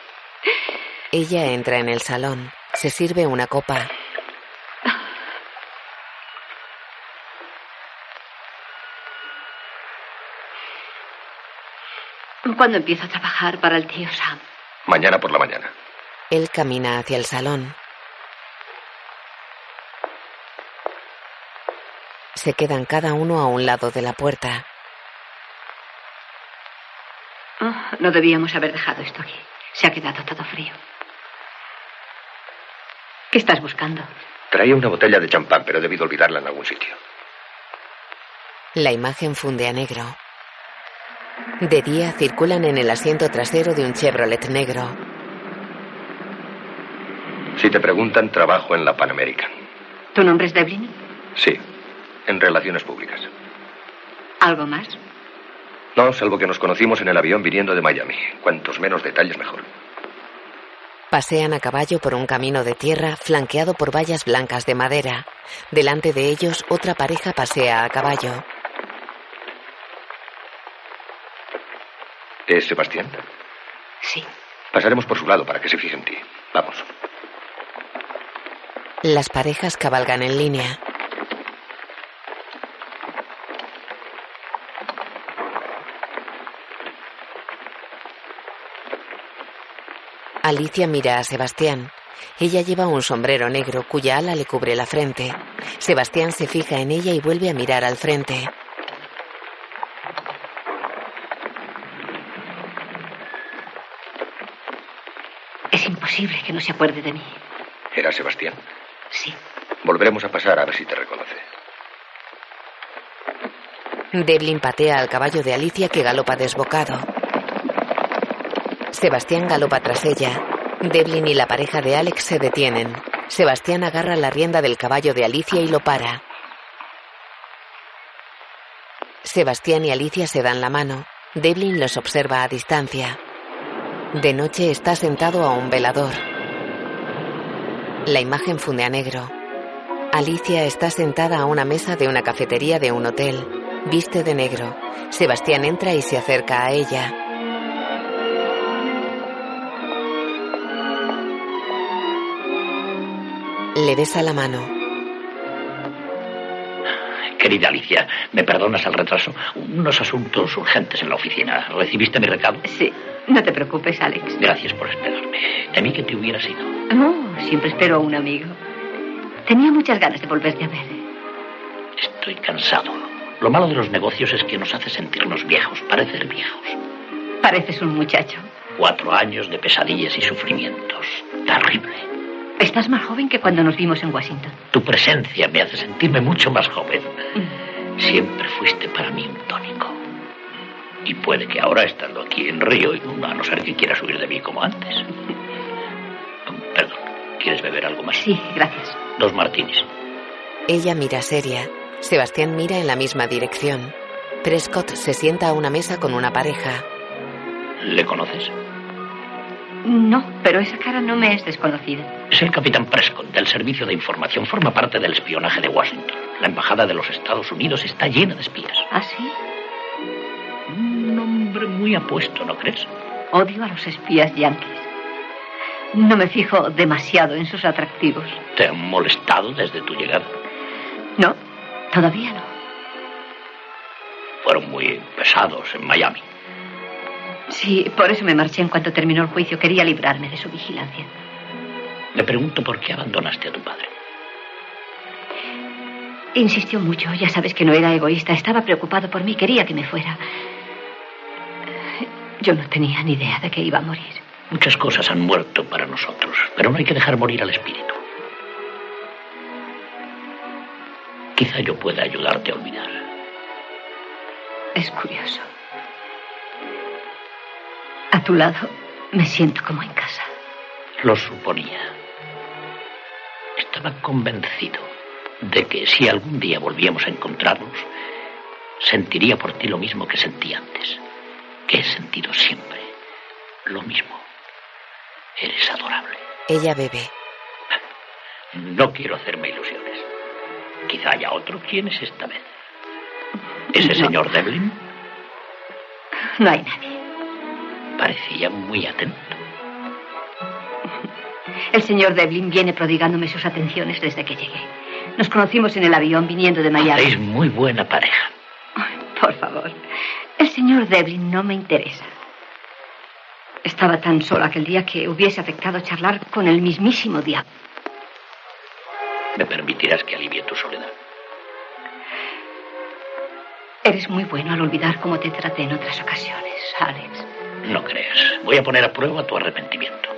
B: Ella entra en el salón. Se sirve una copa.
H: ¿Cuándo empiezo a trabajar para el tío Sam?
E: Mañana por la mañana.
B: Él camina hacia el salón. Se quedan cada uno a un lado de la puerta.
H: Oh, no debíamos haber dejado esto aquí. Se ha quedado todo frío. ¿Qué estás buscando?
E: Traía una botella de champán, pero he debido olvidarla en algún sitio.
B: La imagen funde a negro. De día circulan en el asiento trasero de un Chevrolet negro.
E: Si te preguntan, trabajo en la Pan American.
H: ¿Tu nombre es Devlin?
E: Sí, en relaciones públicas.
H: ¿Algo más?
E: No, salvo que nos conocimos en el avión viniendo de Miami. Cuantos menos detalles, mejor.
B: Pasean a caballo por un camino de tierra flanqueado por vallas blancas de madera. Delante de ellos otra pareja pasea a caballo.
E: ¿Es Sebastián?
H: Sí.
E: Pasaremos por su lado para que se fije en ti. Vamos.
B: Las parejas cabalgan en línea. Alicia mira a Sebastián. Ella lleva un sombrero negro cuya ala le cubre la frente. Sebastián se fija en ella y vuelve a mirar al frente.
H: Es imposible que no se acuerde de mí.
E: ¿Era Sebastián?
H: Sí.
E: Volveremos a pasar a ver si te reconoce.
B: Devlin patea al caballo de Alicia que galopa desbocado. Sebastián galopa tras ella. Devlin y la pareja de Alex se detienen. Sebastián agarra la rienda del caballo de Alicia y lo para. Sebastián y Alicia se dan la mano. Devlin los observa a distancia. De noche está sentado a un velador. La imagen funde a negro. Alicia está sentada a una mesa de una cafetería de un hotel. Viste de negro. Sebastián entra y se acerca a ella. Le besa la mano.
I: Querida Alicia, ¿me perdonas el retraso? Unos asuntos urgentes en la oficina. ¿Recibiste mi recado?
H: Sí. No te preocupes, Alex.
I: Gracias por esperarme. Temí que te hubieras ido.
H: No, siempre espero a un amigo. Tenía muchas ganas de volverte a ver.
I: Estoy cansado. Lo malo de los negocios es que nos hace sentirnos viejos, parecer viejos.
H: Pareces un muchacho.
I: Cuatro años de pesadillas y sufrimientos. Terrible.
H: Estás más joven que cuando nos vimos en Washington.
I: Tu presencia me hace sentirme mucho más joven.
H: Mm.
I: Siempre fuiste para mí un tónico. Y puede que ahora, estando aquí en Río, a no ser que quieras huir de mí como antes. Mm, Perdón, ¿quieres beber algo más?
H: Sí, gracias.
I: Dos martinis.
B: Ella mira seria. Sebastián mira en la misma dirección. Prescott se sienta a una mesa con una pareja.
I: ¿Le conoces?
H: No, pero esa cara no me es desconocida.
I: Es el capitán Prescott del Servicio de Información. Forma parte del espionaje de Washington. La embajada de los Estados Unidos está llena de espías.
H: ¿Ah, sí?
I: Un hombre muy apuesto, ¿no crees?
H: Odio a los espías yanquis. No me fijo demasiado en sus atractivos.
I: ¿Te han molestado desde tu llegada?
H: No, todavía no.
I: Fueron muy pesados en Miami.
H: Sí, por eso me marché en cuanto terminó el juicio. Quería librarme de su vigilancia.
I: Me pregunto por qué abandonaste a tu padre.
H: Insistió mucho. Ya sabes que no era egoísta. Estaba preocupado por mí. Quería que me fuera. Yo no tenía ni idea de que iba a morir.
I: Muchas cosas han muerto para nosotros, pero no hay que dejar morir al espíritu. Quizá yo pueda ayudarte a olvidar.
H: Es curioso. A tu lado me siento como en casa.
I: Lo suponía. Estaba convencido de que si algún día volvíamos a encontrarnos, sentiría por ti lo mismo que sentí antes, que he sentido siempre lo mismo. Eres adorable.
B: Ella bebe.
I: No quiero hacerme ilusiones. Quizá haya otro. ¿Quién es esta vez? ¿Ese señor Devlin?
H: No hay nadie.
I: Parecía muy atento.
H: El señor Devlin viene prodigándome sus atenciones desde que llegué. Nos conocimos en el avión viniendo de Miami.
I: Hacéis muy buena pareja.
H: Por favor, el señor Devlin no me interesa. Estaba tan sola aquel día que hubiese afectado charlar con el mismísimo diablo.
I: ¿Me permitirás que alivie tu soledad?
H: Eres muy bueno al olvidar cómo te traté en otras ocasiones, Alex.
I: No crees. Voy a poner a prueba tu arrepentimiento.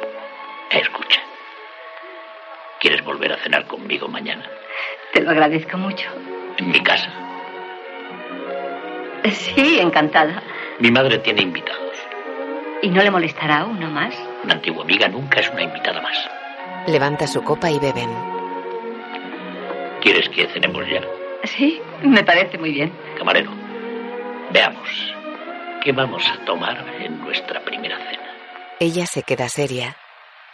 I: Escucha. ¿Quieres volver a cenar conmigo mañana?
H: Te lo agradezco mucho.
I: En mi casa.
H: Sí, encantada.
I: Mi madre tiene invitados.
H: ¿Y no le molestará uno más?
I: Una antigua amiga nunca es una invitada más.
B: Levanta su copa y beben.
I: ¿Quieres que cenemos ya?
H: Sí, me parece muy bien.
I: Camarero, veamos. ¿Qué vamos a tomar en nuestra primera cena?
B: Ella se queda seria.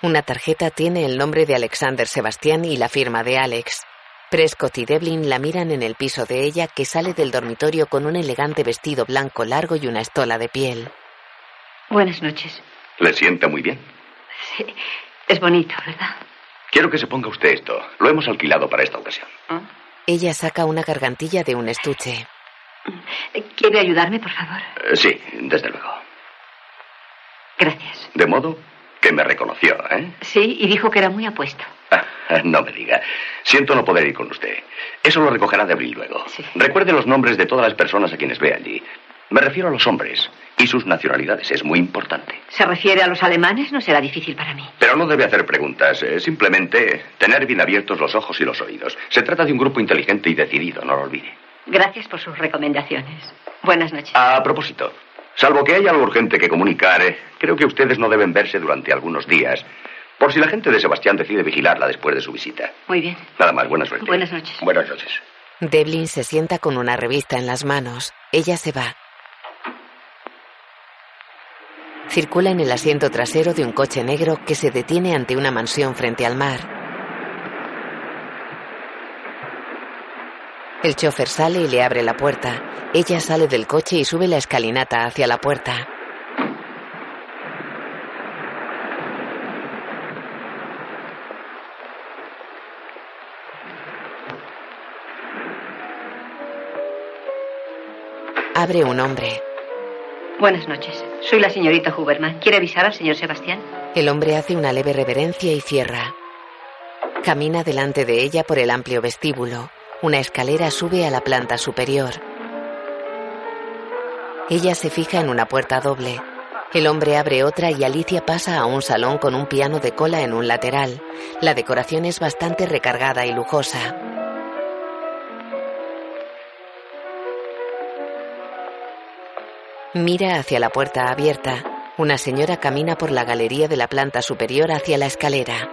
B: Una tarjeta tiene el nombre de Alexander Sebastián y la firma de Alex. Prescott y Devlin la miran en el piso de ella que sale del dormitorio con un elegante vestido blanco largo y una estola de piel.
H: Buenas noches.
E: Le sienta muy bien.
H: Sí, es bonito, ¿verdad?
E: Quiero que se ponga usted esto. Lo hemos alquilado para esta ocasión.
B: Ella saca una gargantilla de un estuche.
H: ¿Quiere ayudarme, por favor?
E: Eh, sí, desde luego.
H: Gracias.
E: De modo que me reconoció, ¿eh?
H: Sí, y dijo que era muy apuesto.
E: No me diga. Siento no poder ir con usted. Eso lo recogerá de abril luego. Recuerde los nombres de todas las personas a quienes ve allí. Me refiero a los hombres y sus nacionalidades. Es muy importante.
H: ¿Se refiere a los alemanes? No será difícil para mí.
E: Pero no debe hacer preguntas. eh, simplemente tener bien abiertos los ojos y los oídos. Se trata de un grupo inteligente y decidido, no lo olvide.
H: Gracias por sus recomendaciones. Buenas noches.
E: A propósito, salvo que haya algo urgente que comunicar, eh, creo que ustedes no deben verse durante algunos días. Por si la gente de Sebastián decide vigilarla después de su visita.
H: Muy bien.
E: Nada más, buena suerte.
H: Buenas noches.
E: Buenas noches.
B: Devlin se sienta con una revista en las manos. Ella se va. Circula en el asiento trasero de un coche negro que se detiene ante una mansión frente al mar. El chofer sale y le abre la puerta. Ella sale del coche y sube la escalinata hacia la puerta. Abre un hombre.
H: Buenas noches. Soy la señorita Huberman. ¿Quiere avisar al señor Sebastián?
B: El hombre hace una leve reverencia y cierra. Camina delante de ella por el amplio vestíbulo. Una escalera sube a la planta superior. Ella se fija en una puerta doble. El hombre abre otra y Alicia pasa a un salón con un piano de cola en un lateral. La decoración es bastante recargada y lujosa. Mira hacia la puerta abierta. Una señora camina por la galería de la planta superior hacia la escalera.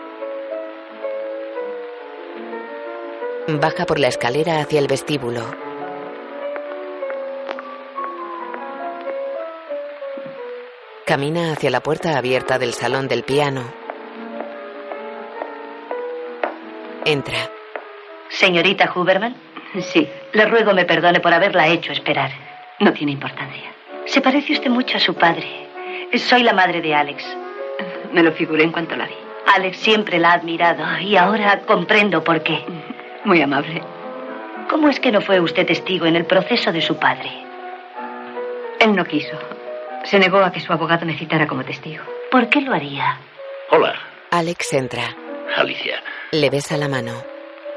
B: Baja por la escalera hacia el vestíbulo. Camina hacia la puerta abierta del salón del piano. Entra.
J: Señorita Huberman.
H: Sí.
J: Le ruego me perdone por haberla hecho esperar.
H: No tiene importancia.
J: Se parece usted mucho a su padre. Soy la madre de Alex.
H: Me lo figuré en cuanto la vi.
J: Alex siempre la ha admirado y ahora comprendo por qué.
H: Muy amable.
J: ¿Cómo es que no fue usted testigo en el proceso de su padre?
H: Él no quiso. Se negó a que su abogado me citara como testigo.
J: ¿Por qué lo haría?
I: Hola,
B: Alex entra.
I: Alicia.
B: Le besa la mano.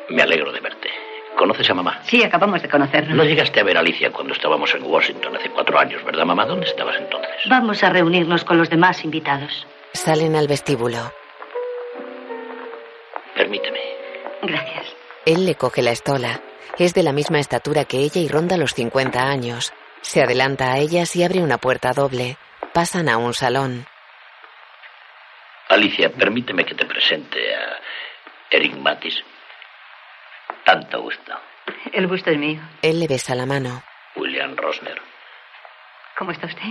I: Me alegro de verte. ¿Conoces a mamá?
H: Sí, acabamos de conocernos.
I: No llegaste a ver a Alicia cuando estábamos en Washington hace cuatro años, ¿verdad, mamá? ¿Dónde estabas entonces?
J: Vamos a reunirnos con los demás invitados.
B: Salen al vestíbulo.
I: Permíteme.
H: Gracias.
B: Él le coge la estola. Es de la misma estatura que ella y ronda los 50 años. Se adelanta a ellas y abre una puerta doble. Pasan a un salón.
I: Alicia, permíteme que te presente a Eric Matis. Tanto gusto.
H: El gusto es mío.
B: Él le besa la mano.
I: William Rosner.
H: ¿Cómo está usted?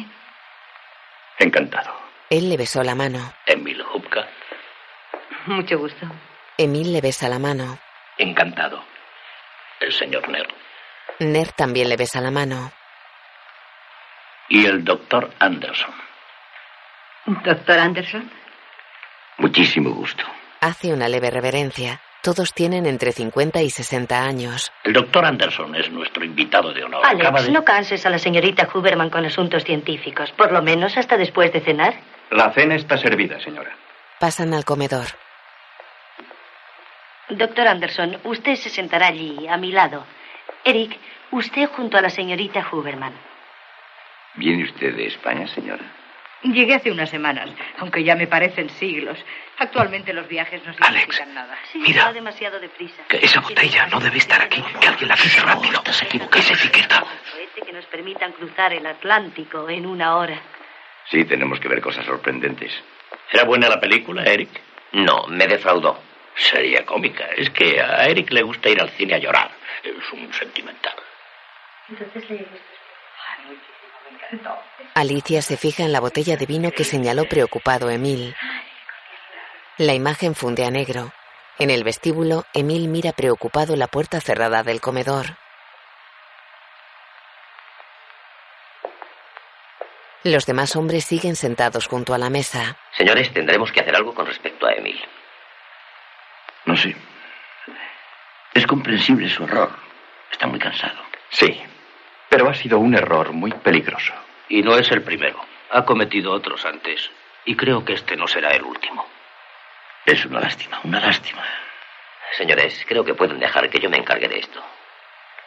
C: Encantado.
B: Él le besó la mano.
I: Emil Hupka.
H: Mucho gusto.
B: Emil le besa la mano.
I: Encantado. El señor Ner.
B: Ner también le besa la mano.
I: Y el doctor Anderson.
H: Doctor Anderson.
C: Muchísimo gusto.
B: Hace una leve reverencia. Todos tienen entre 50 y 60 años.
I: El doctor Anderson es nuestro invitado de honor. Acaba
J: Alex,
I: de-
J: no canses a la señorita Huberman con asuntos científicos, por lo menos hasta después de cenar.
K: La cena está servida, señora.
B: Pasan al comedor.
J: Doctor Anderson, usted se sentará allí, a mi lado. Eric, usted junto a la señorita Huberman.
C: ¿Viene usted de España, señora?
L: Llegué hace unas semanas, aunque ya me parecen siglos. Actualmente los viajes no significan nada.
J: mira. demasiado deprisa.
L: Que esa botella no debe estar aquí. Que alguien la quite rápido. Estás equivocado. Esa etiqueta.
J: Cohete que nos permitan cruzar el Atlántico en una hora.
C: Sí, tenemos que ver cosas sorprendentes.
I: ¿Era buena la película, Eric? No, me defraudó. Sería cómica. Es que a Eric le gusta ir al cine a llorar. Es un sentimental.
L: Entonces le
B: Alicia se fija en la botella de vino que señaló preocupado Emil. La imagen funde a negro. En el vestíbulo, Emil mira preocupado la puerta cerrada del comedor. Los demás hombres siguen sentados junto a la mesa.
M: Señores, tendremos que hacer algo con respecto a Emil.
C: No sé. Es comprensible su error. Está muy cansado. Sí, pero ha sido un error muy peligroso.
K: Y no es el primero. Ha cometido otros antes. Y creo que este no será el último.
M: Es una lástima, una lástima. Señores, creo que pueden dejar que yo me encargue de esto.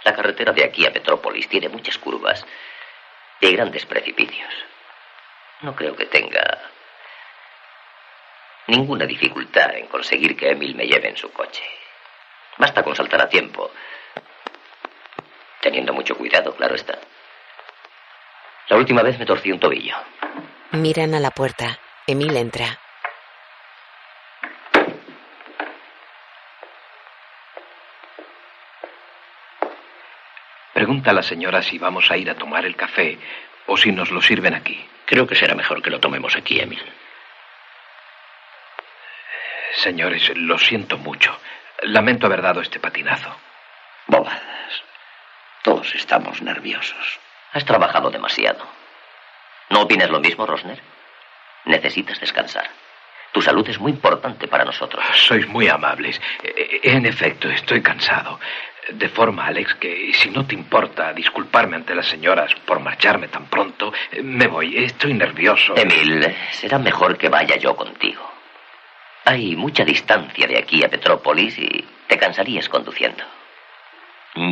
M: La carretera de aquí a Petrópolis tiene muchas curvas y grandes precipicios. No creo que tenga ninguna dificultad en conseguir que Emil me lleve en su coche. Basta con saltar a tiempo, teniendo mucho cuidado, claro está. La última vez me torcí un tobillo.
B: Miran a la puerta. Emil entra.
K: Pregunta a la señora si vamos a ir a tomar el café o si nos lo sirven aquí.
I: Creo que será mejor que lo tomemos aquí, Emil.
K: Señores, lo siento mucho. Lamento haber dado este patinazo.
M: Bobadas. Todos estamos nerviosos. Has trabajado demasiado. ¿No opinas lo mismo, Rosner? Necesitas descansar. Tu salud es muy importante para nosotros.
K: Sois muy amables. Eh, En efecto, estoy cansado. De forma, Alex, que si no te importa disculparme ante las señoras por marcharme tan pronto, eh, me voy. Estoy nervioso.
M: Emil, será mejor que vaya yo contigo. Hay mucha distancia de aquí a Petrópolis y te cansarías conduciendo.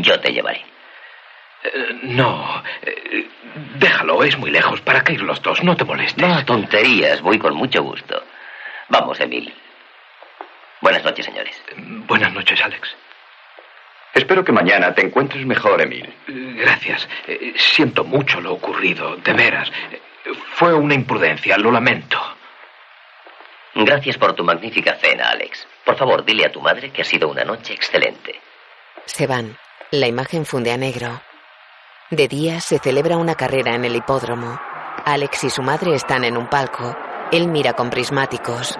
M: Yo te llevaré.
K: Eh, No, eh, déjalo, es muy lejos. ¿Para qué ir los dos? No te molestes.
M: No, tonterías, voy con mucho gusto. Vamos, Emil. Buenas noches, señores.
K: Mm, Buenas noches, Alex.
C: Espero que mañana te encuentres mejor, Emil.
K: Eh, Gracias. Eh, Siento mucho lo ocurrido, de veras. Eh, Fue una imprudencia, lo lamento.
M: Gracias por tu magnífica cena, Alex. Por favor, dile a tu madre que ha sido una noche excelente.
B: Se van. La imagen funde a negro. De día se celebra una carrera en el hipódromo. Alex y su madre están en un palco. Él mira con prismáticos.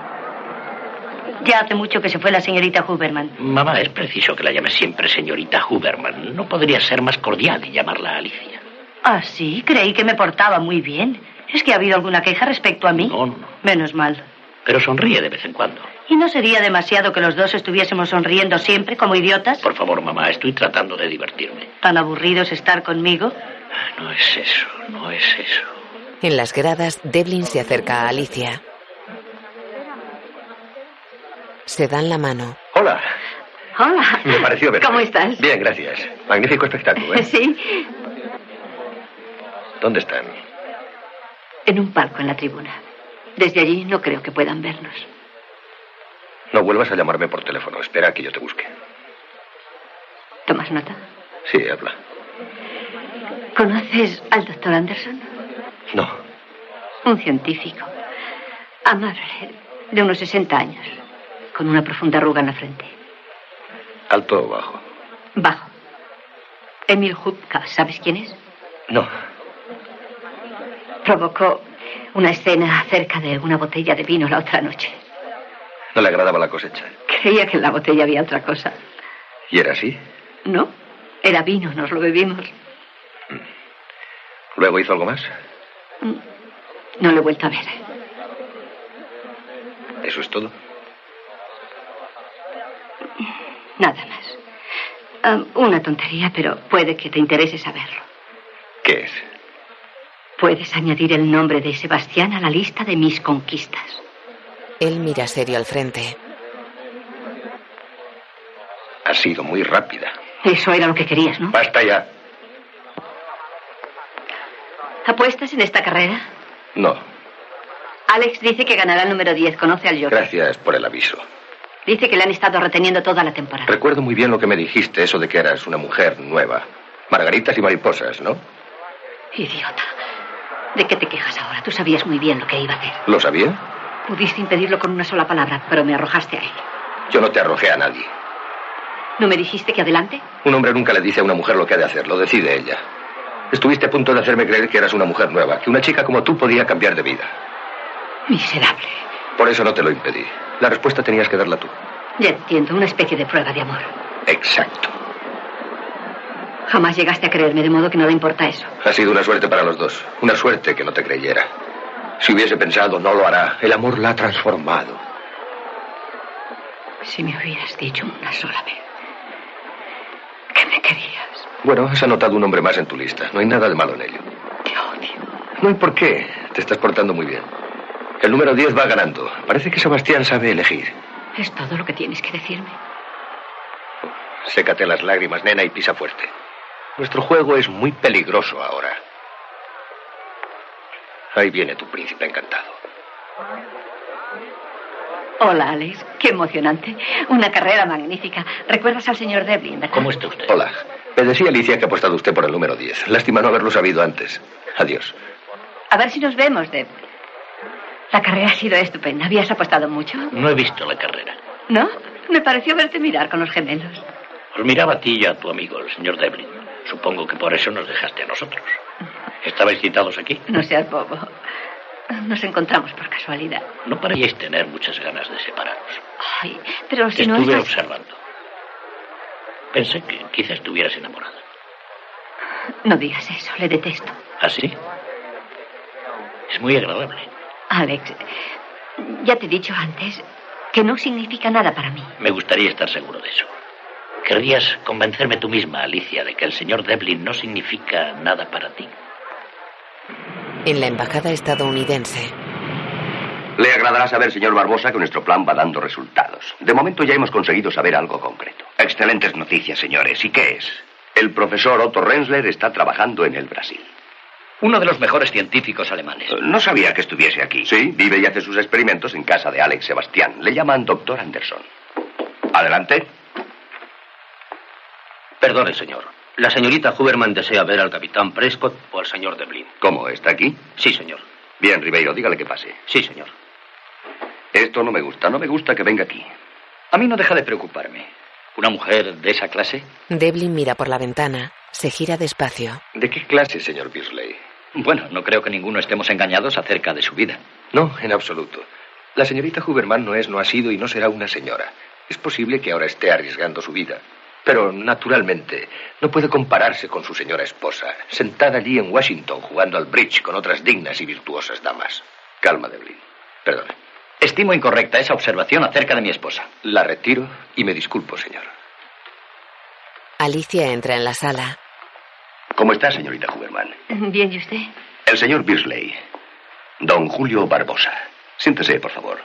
J: Ya hace mucho que se fue la señorita Huberman.
I: Mamá, es preciso que la llame siempre señorita Huberman. No podría ser más cordial y llamarla Alicia.
J: Ah, sí, creí que me portaba muy bien. ¿Es que ha habido alguna queja respecto a mí?
I: No, no, no.
J: Menos mal.
I: Pero sonríe de vez en cuando.
J: ¿Y no sería demasiado que los dos estuviésemos sonriendo siempre como idiotas?
I: Por favor, mamá, estoy tratando de divertirme.
J: ¿Tan aburridos estar conmigo?
I: No es eso, no es eso.
B: En las gradas, Devlin se acerca a Alicia. Se dan la mano.
E: Hola,
H: Hola.
E: me pareció verte.
H: ¿Cómo estás?
E: Bien, gracias. Magnífico espectáculo, ¿eh?
H: Sí,
E: ¿Dónde están?
H: en un palco en la tribuna. Desde allí no creo que puedan vernos.
E: No vuelvas a llamarme por teléfono. Espera a que yo te busque.
H: ¿Tomas nota?
E: Sí, habla.
H: ¿Conoces al doctor Anderson?
E: No.
H: Un científico. Amable, de unos 60 años, con una profunda arruga en la frente.
E: ¿Alto o bajo?
H: Bajo. Emil Hupka, ¿sabes quién es?
E: No.
H: Provocó una escena acerca de una botella de vino la otra noche.
E: No le agradaba la cosecha.
H: Creía que en la botella había otra cosa.
E: ¿Y era así?
H: ¿No? Era vino, nos lo bebimos.
E: ¿Luego hizo algo más?
H: No lo he vuelto a ver.
E: ¿Eso es todo?
H: Nada más. Ah, una tontería, pero puede que te interese saberlo.
E: ¿Qué es?
H: Puedes añadir el nombre de Sebastián a la lista de mis conquistas.
B: Él mira serio al frente.
E: Ha sido muy rápida.
H: Eso era lo que querías, ¿no?
E: Basta ya.
H: ¿Apuestas en esta carrera?
E: No.
H: Alex dice que ganará el número 10, conoce al York.
E: Gracias por el aviso.
H: Dice que le han estado reteniendo toda la temporada.
E: Recuerdo muy bien lo que me dijiste, eso de que eras una mujer nueva. Margaritas y mariposas, ¿no?
H: Idiota. ¿De qué te quejas ahora? Tú sabías muy bien lo que iba a hacer.
E: ¿Lo sabía?
H: Pudiste impedirlo con una sola palabra, pero me arrojaste a él.
E: Yo no te arrojé a nadie.
H: ¿No me dijiste que adelante?
E: Un hombre nunca le dice a una mujer lo que ha de hacer, lo decide ella. Estuviste a punto de hacerme creer que eras una mujer nueva, que una chica como tú podía cambiar de vida.
H: Miserable.
E: Por eso no te lo impedí. La respuesta tenías que darla tú.
H: Ya entiendo, una especie de prueba de amor.
E: Exacto.
H: Jamás llegaste a creerme, de modo que no le importa eso.
E: Ha sido una suerte para los dos. Una suerte que no te creyera. Si hubiese pensado, no lo hará. El amor la ha transformado.
H: Si me hubieras dicho una sola vez que me querías,
E: Bueno, has anotado un hombre más en tu lista. No hay nada de malo en ello.
H: te odio.
E: No hay por qué. Te estás portando muy bien. El número 10 va ganando. Parece que Sebastián sabe elegir.
H: Es todo lo que tienes que decirme.
E: Sécate las lágrimas, nena, y pisa fuerte. Nuestro juego es muy peligroso ahora. Ahí viene tu príncipe encantado.
H: Hola, Alex. Qué emocionante. Una carrera magnífica. ¿Recuerdas al señor Devlin, verdad?
I: ¿Cómo está usted?
E: Hola. Me decía Alicia que ha apostado usted por el número 10. Lástima no haberlo sabido antes. Adiós.
H: A ver si nos vemos, Deb. La carrera ha sido estupenda. ¿Habías apostado mucho?
I: No he visto la carrera.
H: ¿No? Me pareció verte mirar con los gemelos.
I: Os miraba a ti y a tu amigo, el señor Devlin. Supongo que por eso nos dejaste a nosotros. ¿Estabais citados aquí?
H: No seas bobo. Nos encontramos por casualidad.
I: No parecíais tener muchas ganas de separaros.
H: Ay, pero
I: Te
H: si no
I: estuve
H: estás...
I: observando. Pensé que quizás estuvieras enamorada.
H: No digas eso, le detesto.
I: ¿Así? ¿Ah, es muy agradable.
H: Alex, ya te he dicho antes que no significa nada para mí.
I: Me gustaría estar seguro de eso. ¿Querrías convencerme tú misma, Alicia, de que el señor Devlin no significa nada para ti?
B: En la embajada estadounidense,
C: Le agradará saber, señor Barbosa, que nuestro plan va dando resultados. De momento ya hemos conseguido saber algo concreto. Excelentes noticias, señores. ¿Y qué es? El profesor Otto Rensler está trabajando en el Brasil.
M: Uno de los mejores científicos alemanes.
C: Eh, No sabía que estuviese aquí. Sí, vive y hace sus experimentos en casa de Alex Sebastián. Le llaman doctor Anderson. Adelante.
M: Perdone, señor. La señorita Huberman desea ver al capitán Prescott o al señor Devlin.
C: ¿Cómo? ¿Está aquí?
M: Sí, señor.
C: Bien, Ribeiro, dígale que pase.
M: Sí, señor.
C: Esto no me gusta, no me gusta que venga aquí.
M: A mí no deja de preocuparme. ¿Una mujer de esa clase?
B: Devlin mira por la ventana, se gira despacio.
E: ¿De qué clase, señor Beasley?
M: Bueno, no creo que ninguno estemos engañados acerca de su vida.
E: No, en absoluto. La señorita Huberman no es, no ha sido y no será una señora. Es posible que ahora esté arriesgando su vida. Pero, naturalmente, no puede compararse con su señora esposa, sentada allí en Washington jugando al bridge con otras dignas y virtuosas damas. Calma, Devlin. Perdone.
M: Estimo incorrecta esa observación acerca de mi esposa.
E: La retiro y me disculpo, señor.
B: Alicia entra en la sala.
C: ¿Cómo está, señorita Huberman?
H: Bien, ¿y usted?
C: El señor Beasley. Don Julio Barbosa. Siéntese, por favor.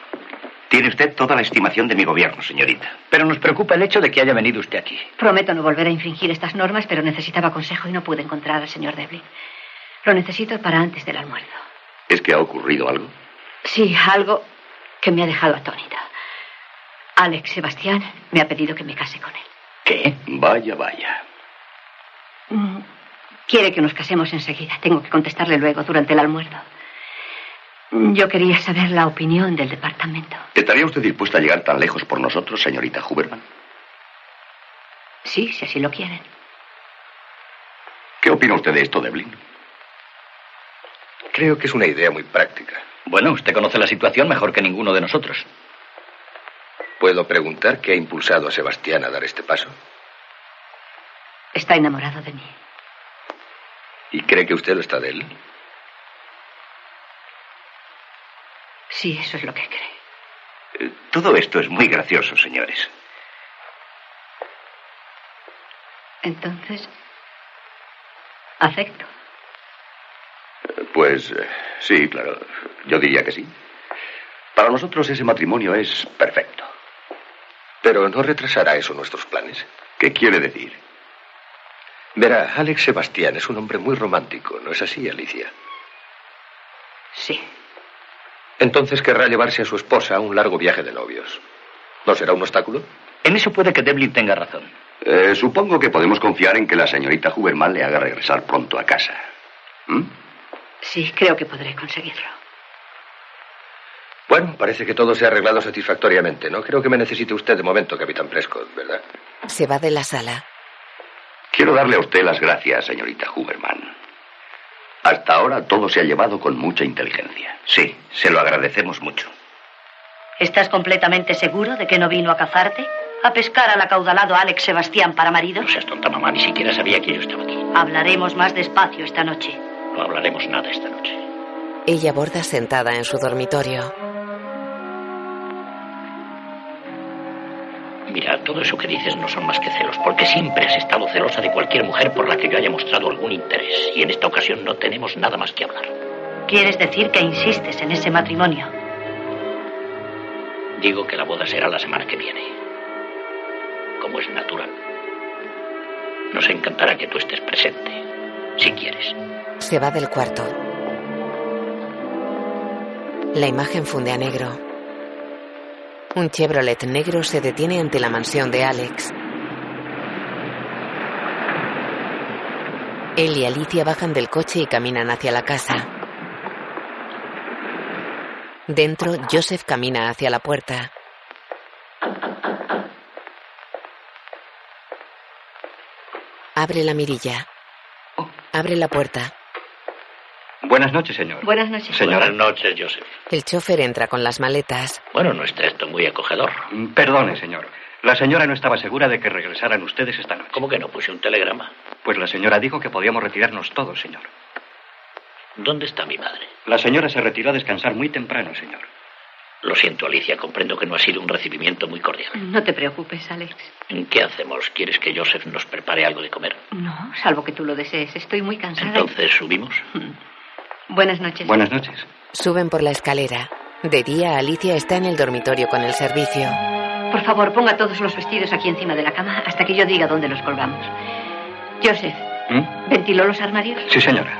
C: Tiene usted toda la estimación de mi gobierno, señorita.
M: Pero nos preocupa el hecho de que haya venido usted aquí.
H: Prometo no volver a infringir estas normas, pero necesitaba consejo y no pude encontrar al señor Devlin. Lo necesito para antes del almuerzo.
C: ¿Es que ha ocurrido algo?
H: Sí, algo que me ha dejado atónita. Alex Sebastián me ha pedido que me case con él.
C: ¿Qué? Vaya, vaya.
H: Mm, Quiere que nos casemos enseguida. Tengo que contestarle luego, durante el almuerzo. Mm, Yo quería saber la opinión del departamento.
C: ¿Estaría usted dispuesta a llegar tan lejos por nosotros, señorita Huberman?
H: Sí, si así lo quieren.
C: ¿Qué opina usted de esto, Devlin?
E: Creo que es una idea muy práctica.
I: Bueno, usted conoce la situación mejor que ninguno de nosotros.
E: ¿Puedo preguntar qué ha impulsado a Sebastián a dar este paso?
H: Está enamorado de mí.
E: ¿Y cree que usted lo está de él?
H: Sí, eso es lo que cree.
C: Todo esto es muy gracioso, señores.
H: Entonces, acepto.
C: Pues eh, sí, claro. Yo diría que sí. Para nosotros ese matrimonio es perfecto.
E: Pero no retrasará eso nuestros planes.
C: ¿Qué quiere decir?
E: Verá, Alex Sebastián es un hombre muy romántico, ¿no es así, Alicia?
H: Sí.
E: Entonces querrá llevarse a su esposa a un largo viaje de novios. ¿No será un obstáculo?
I: En eso puede que Devlin tenga razón.
C: Eh, supongo que podemos confiar en que la señorita Huberman le haga regresar pronto a casa. ¿Mm?
H: Sí, creo que podré conseguirlo.
E: Bueno, parece que todo se ha arreglado satisfactoriamente. No creo que me necesite usted de momento, Capitán Prescott, ¿verdad?
B: Se va de la sala.
C: Quiero darle a usted las gracias, señorita Huberman. Hasta ahora todo se ha llevado con mucha inteligencia. Sí, se lo agradecemos mucho.
J: ¿Estás completamente seguro de que no vino a cazarte? ¿A pescar al acaudalado Alex Sebastián para marido?
I: Tonta mamá ni siquiera sabía que yo estaba aquí.
J: Hablaremos más despacio esta noche.
I: No hablaremos nada este esta noche.
B: Ella borda sentada en su dormitorio.
I: Mira, todo eso que dices no son más que celos, porque siempre has estado celosa de cualquier mujer por la que yo haya mostrado algún interés. Y en esta ocasión no tenemos nada más que hablar.
J: ¿Quieres decir que insistes en ese matrimonio?
I: Digo que la boda será la semana que viene. Como es natural. Nos encantará que tú estés presente, si quieres.
B: Se va del cuarto. La imagen funde a negro. Un Chevrolet negro se detiene ante la mansión de Alex. Él y Alicia bajan del coche y caminan hacia la casa. Dentro, Joseph camina hacia la puerta. Abre la mirilla. Abre la puerta.
N: Buenas noches, señor.
H: Buenas noches.
I: Buenas noches, Joseph.
B: El chofer entra con las maletas.
I: Bueno, no está esto muy acogedor.
N: Mm, Perdone, señor. La señora no estaba segura de que regresaran ustedes esta noche.
I: ¿Cómo que no puse un telegrama?
N: Pues la señora dijo que podíamos retirarnos todos, señor.
I: ¿Dónde está mi madre?
N: La señora se retiró a descansar muy temprano, señor.
I: Lo siento, Alicia, comprendo que no ha sido un recibimiento muy cordial.
H: No te preocupes, Alex.
I: ¿Qué hacemos? ¿Quieres que Joseph nos prepare algo de comer?
H: No, salvo que tú lo desees. Estoy muy cansada. y-
I: Entonces subimos.
H: Buenas noches.
N: noches.
B: Suben por la escalera. De día, Alicia está en el dormitorio con el servicio.
H: Por favor, ponga todos los vestidos aquí encima de la cama hasta que yo diga dónde los colgamos. Joseph, ¿ventiló los armarios?
N: Sí, señora.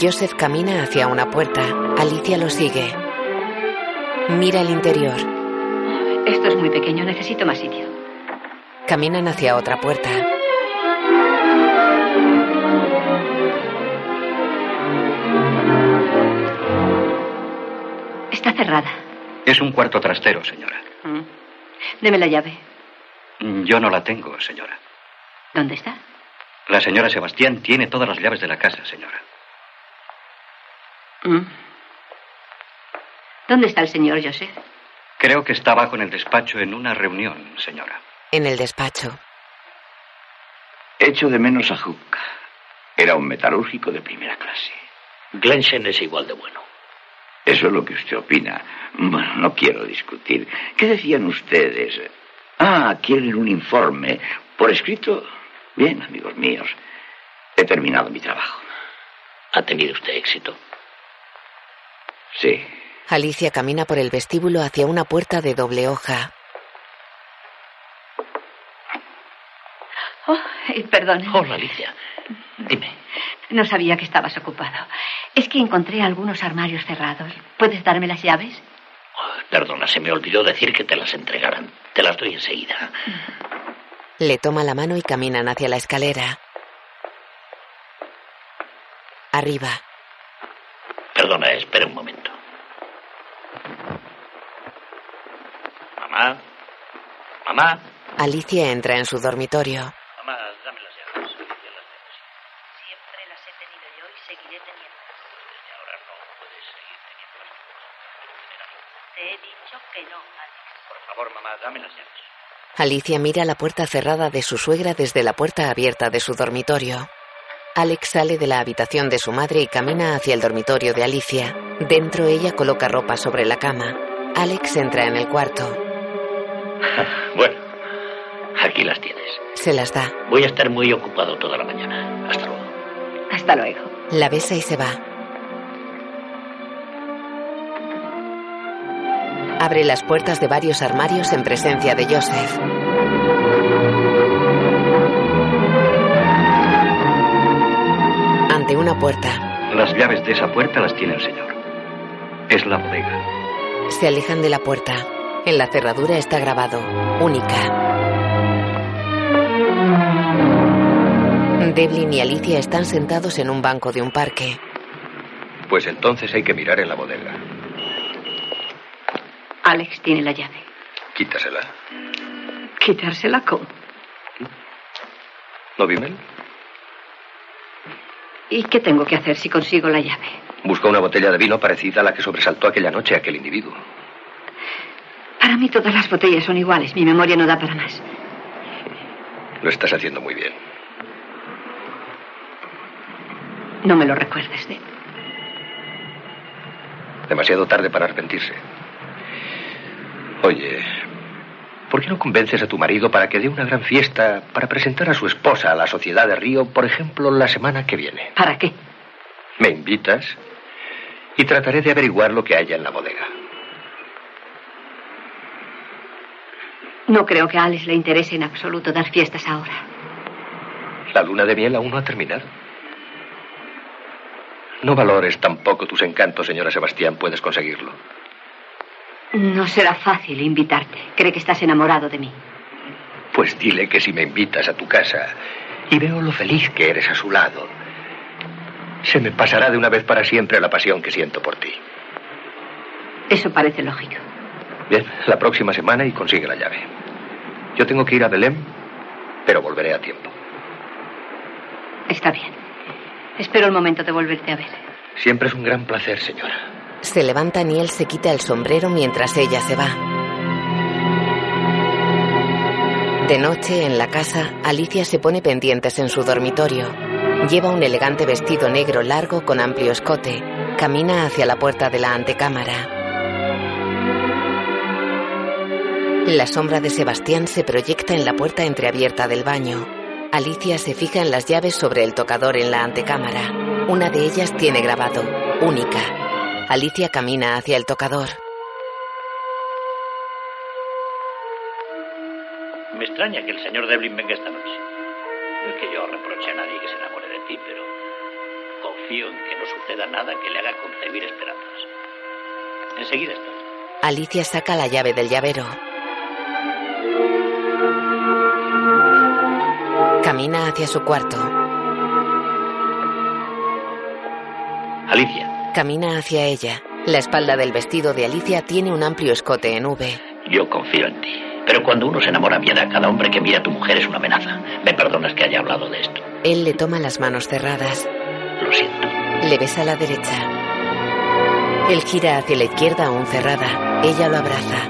B: Joseph camina hacia una puerta. Alicia lo sigue. Mira el interior.
H: Esto es muy pequeño, necesito más sitio.
B: Caminan hacia otra puerta.
H: Está cerrada.
N: Es un cuarto trastero, señora.
H: Mm. Deme la llave.
N: Mm, Yo no la tengo, señora.
H: ¿Dónde está?
N: La señora Sebastián tiene todas las llaves de la casa, señora.
H: Mm. ¿Dónde está el señor Joseph?
N: Creo que está abajo en el despacho en una reunión, señora.
B: En el despacho.
C: Echo de menos a Hupka. Era un metalúrgico de primera clase.
I: Glenshen es igual de bueno.
O: Eso es lo que usted opina. Bueno, no quiero discutir. ¿Qué decían ustedes? Ah, quieren un informe. Por escrito. Bien, amigos míos. He terminado mi trabajo.
I: ¿Ha tenido usted éxito?
O: Sí.
B: Alicia camina por el vestíbulo hacia una puerta de doble hoja.
H: Oh, perdón. Oh,
I: Hola, Alicia. Dime.
H: No sabía que estabas ocupado. Es que encontré algunos armarios cerrados. ¿Puedes darme las llaves?
I: Perdona, se me olvidó decir que te las entregaran. Te las doy enseguida.
B: Le toma la mano y caminan hacia la escalera. Arriba.
I: Perdona, espera un momento. Mamá. Mamá.
B: Alicia entra en su dormitorio.
I: Mamá, dame las llaves. Yo las tengo.
J: Siempre las he tenido yo y seguiré teniéndolas.
I: Y ahora no puedes seguir teniéndolas tú. Tengo que tener a mí.
J: Te he dicho que no, Alex.
I: Por favor, mamá, dame las llaves.
B: Alicia mira la puerta cerrada de su suegra desde la puerta abierta de su dormitorio. Alex sale de la habitación de su madre y camina hacia el dormitorio de Alicia. Dentro ella coloca ropa sobre la cama. Alex entra en el cuarto.
I: Bueno, aquí las tienes.
B: Se las da.
I: Voy a estar muy ocupado toda la mañana. Hasta luego.
H: Hasta luego.
B: La besa y se va. Abre las puertas de varios armarios en presencia de Joseph. Ante una puerta,
P: Las llaves de esa puerta las tiene el señor. Es la bodega.
B: se alejan de la puerta. En la cerradura está grabado, única. Devlin y Alicia están sentados en un banco de un parque.
E: Pues entonces hay que mirar en la bodega.
H: Alex tiene la llave.
E: Quítasela.
H: ¿Quitársela cómo?
E: ¿No viven?
H: ¿Y qué tengo que hacer si consigo la llave?
E: Busca una botella de vino parecida a la que sobresaltó aquella noche a aquel individuo.
H: Para mí todas las botellas son iguales. Mi memoria no da para más.
E: Lo estás haciendo muy bien.
H: No me lo recuerdes, Deb.
E: Demasiado tarde para arrepentirse. Oye, ¿por qué no convences a tu marido para que dé una gran fiesta para presentar a su esposa a la sociedad de Río, por ejemplo, la semana que viene?
H: ¿Para qué?
E: ¿Me invitas? Y trataré de averiguar lo que haya en la bodega.
H: No creo que a Alex le interese en absoluto dar fiestas ahora.
E: La luna de miel aún no ha terminado. No valores tampoco tus encantos, señora Sebastián. Puedes conseguirlo.
H: No será fácil invitarte. Cree que estás enamorado de mí.
E: Pues dile que si me invitas a tu casa y veo lo feliz que eres a su lado, se me pasará de una vez para siempre la pasión que siento por ti.
H: Eso parece lógico.
E: Bien, la próxima semana y consigue la llave. Yo tengo que ir a Belén, pero volveré a tiempo.
H: Está bien. Espero el momento de volverte a ver.
E: Siempre es un gran placer, señora.
B: Se levantan y él se quita el sombrero mientras ella se va. De noche, en la casa, Alicia se pone pendientes en su dormitorio. Lleva un elegante vestido negro largo con amplio escote. Camina hacia la puerta de la antecámara. La sombra de Sebastián se proyecta en la puerta entreabierta del baño. Alicia se fija en las llaves sobre el tocador en la antecámara. Una de ellas tiene grabado, única. Alicia camina hacia el tocador.
I: Me extraña que el señor Devlin venga esta noche. No es que yo reproche a nadie que se enamore de ti, pero confío en que no suceda nada que le haga concebir esperanzas. Enseguida estoy.
B: Alicia saca la llave del llavero. Camina hacia su cuarto.
I: Alicia,
B: Camina hacia ella. La espalda del vestido de Alicia tiene un amplio escote en V.
I: yo confío en ti. Pero cuando uno se enamora a mi edad, cada hombre que mira a tu mujer es una amenaza. Me perdonas que haya hablado de esto.
B: Él le toma las manos cerradas.
I: Lo siento.
B: Le besa la derecha. Él gira hacia la izquierda aún cerrada. Ella lo abraza.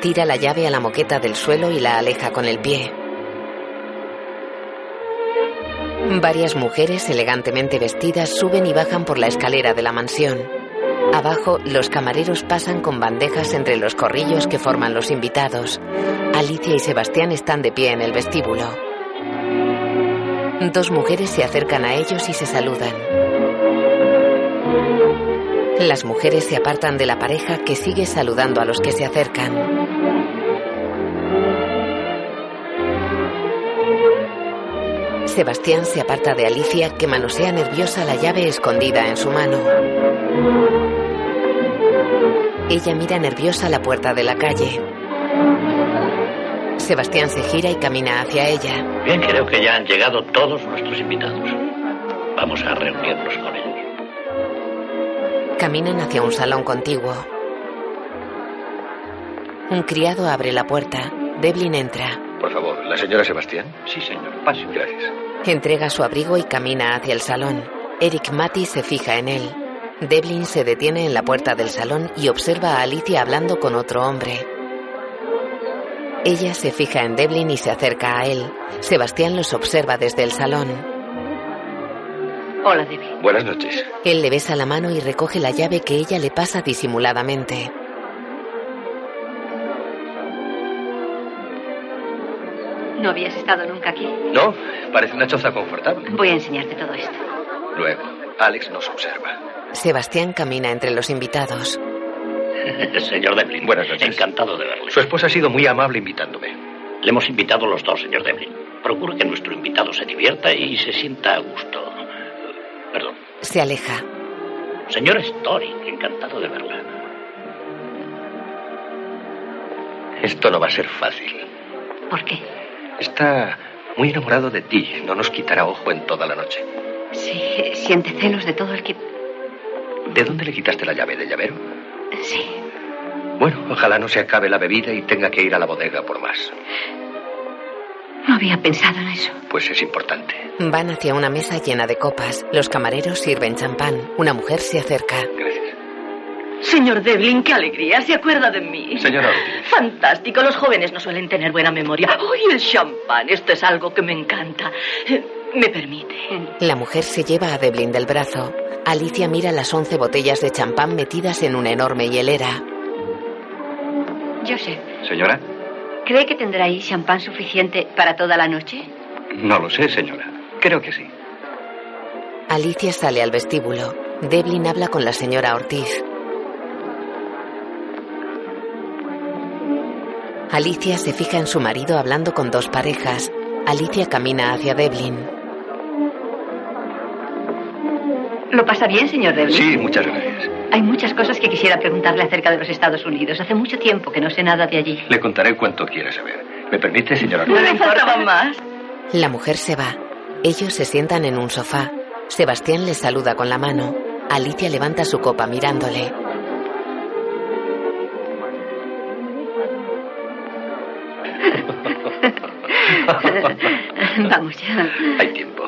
B: Tira la llave a la moqueta del suelo y la aleja con el pie. Varias mujeres elegantemente vestidas suben y bajan por la escalera de la mansión. Abajo, los camareros pasan con bandejas entre los corrillos que forman los invitados. Alicia y Sebastián están de pie en el vestíbulo. Dos mujeres se acercan a ellos y se saludan. Las mujeres se apartan de la pareja que sigue saludando a los que se acercan. Sebastián se aparta de Alicia, que manosea nerviosa la llave escondida en su mano. Ella mira nerviosa la puerta de la calle. Sebastián se gira y camina hacia ella.
I: Bien, creo que ya han llegado todos nuestros invitados. Vamos a reunirnos con ellos.
B: Caminan hacia un salón contiguo. Un criado abre la puerta. Devlin entra.
E: Por favor, ¿la señora Sebastián?
P: Sí, señor. Pase.
E: Gracias.
B: Entrega su abrigo y camina hacia el salón. Eric Matty se fija en él. Devlin se detiene en la puerta del salón y observa a Alicia hablando con otro hombre. Ella se fija en Devlin y se acerca a él. Sebastián los observa desde el salón.
H: Hola, Debbie.
E: Buenas noches.
B: Él le besa la mano y recoge la llave que ella le pasa disimuladamente.
H: No habías estado nunca aquí.
E: No, parece una choza confortable.
H: Voy a enseñarte todo esto.
E: Luego, Alex nos observa.
B: Sebastián camina entre los invitados.
I: señor Devlin. Buenas noches. Encantado de verle.
E: Su esposa ha sido muy amable invitándome.
I: Le hemos invitado los dos, señor Devlin. Procure que nuestro invitado se divierta y se sienta a gusto. Perdón.
B: Se aleja.
I: Señor Story, encantado de verla.
E: Esto no va a ser fácil.
H: ¿Por qué?
E: Está muy enamorado de ti. No nos quitará ojo en toda la noche.
H: Sí, siente celos de todo el que...
E: ¿De dónde le quitaste la llave del llavero?
H: Sí.
E: Bueno, ojalá no se acabe la bebida y tenga que ir a la bodega por más.
H: No había pensado en eso.
E: Pues es importante.
B: Van hacia una mesa llena de copas. Los camareros sirven champán. Una mujer se acerca.
Q: Señor Devlin, qué alegría. Se acuerda de mí.
E: Señora
Q: Fantástico. Los jóvenes no suelen tener buena memoria. ¡Ay, el champán! Esto es algo que me encanta. Eh, ¿Me permite?
B: La mujer se lleva a Devlin del brazo. Alicia mira las once botellas de champán metidas en una enorme hielera.
H: Joseph,
P: Señora,
H: ¿cree que tendráis champán suficiente para toda la noche?
P: no lo sé, señora. Creo que sí.
B: Alicia sale al vestíbulo. Devlin habla con la señora Ortiz. Alicia se fija en su marido hablando con dos parejas. Alicia camina hacia Devlin.
H: ¿Lo pasa bien, señor Devlin?
E: Sí, muchas gracias.
H: Hay muchas cosas que quisiera preguntarle acerca de los Estados Unidos. Hace mucho tiempo que no sé nada de allí.
E: Le contaré cuanto quiera saber. ¿Me permite, señora
Q: No
E: Ortiz?
Q: me faltaba más.
B: La mujer se va. Ellos se sientan en un sofá. Sebastián les saluda con la mano. Alicia levanta su copa mirándole.
H: Vamos ya.
E: Hay tiempo.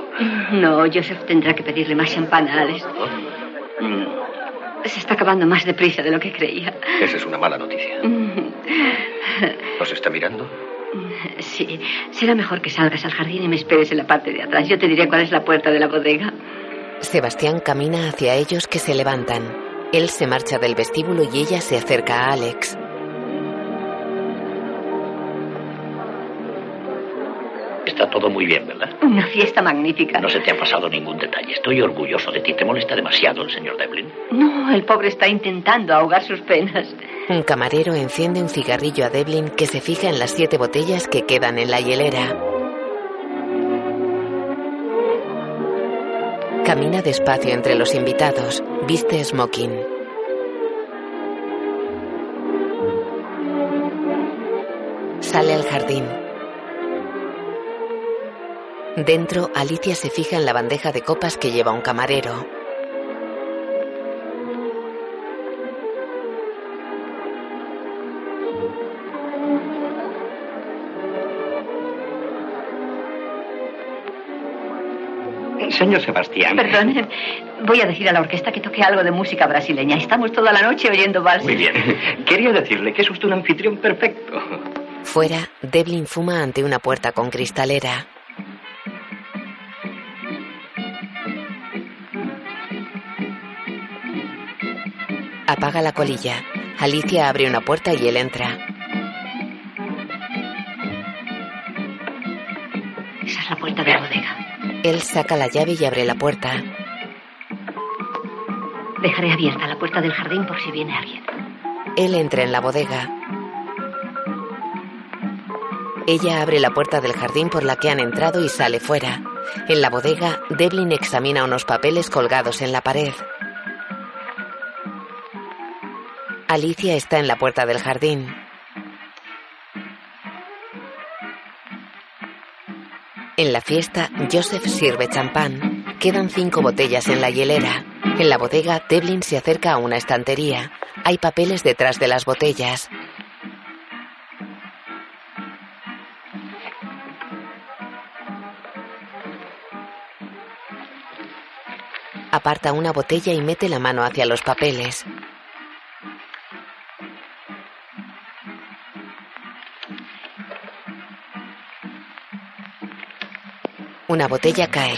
H: No, Joseph tendrá que pedirle más champán a Alex. Se está acabando más deprisa de lo que creía.
E: Mm, Esa es una mala noticia. ¿Nos está mirando?
H: Sí, será mejor que salgas al jardín y me esperes en la parte de atrás. Yo te diré cuál es la puerta de la bodega.
B: Sebastián camina hacia ellos que se levantan. Él se marcha del vestíbulo y ella se acerca a Alex.
I: Está todo muy bien, ¿verdad?
H: Una fiesta magnífica.
I: No se te ha pasado ningún detalle. Estoy orgulloso de ti. ¿Te molesta demasiado el señor Devlin?
H: No, el pobre está intentando ahogar sus penas.
B: Un camarero enciende un cigarrillo a Devlin que se fija en las siete botellas que quedan en la hielera. Camina despacio entre los invitados. Viste smoking. Sale al jardín. Dentro, Alicia se fija en la bandeja de copas que lleva un camarero.
P: Señor Sebastián.
H: Perdón, voy a decir a la orquesta que toque algo de música brasileña. Estamos toda la noche oyendo vals.
P: Muy bien. Quería decirle que es usted un anfitrión perfecto.
B: Fuera, Devlin fuma ante una puerta con cristalera. Apaga la colilla. Alicia abre una puerta y él entra.
H: Esa es la puerta de la bodega.
B: Él saca la llave y abre la puerta.
H: Dejaré abierta la puerta del jardín por si viene alguien.
B: Él entra en la bodega. Ella abre la puerta del jardín por la que han entrado y sale fuera. En la bodega, Devlin examina unos papeles colgados en la pared. Alicia está en la puerta del jardín. En la fiesta, Joseph sirve champán. Quedan cinco botellas en la hielera. En la bodega, Devlin se acerca a una estantería. Hay papeles detrás de las botellas. Aparta una botella y mete la mano hacia los papeles. Una botella cae.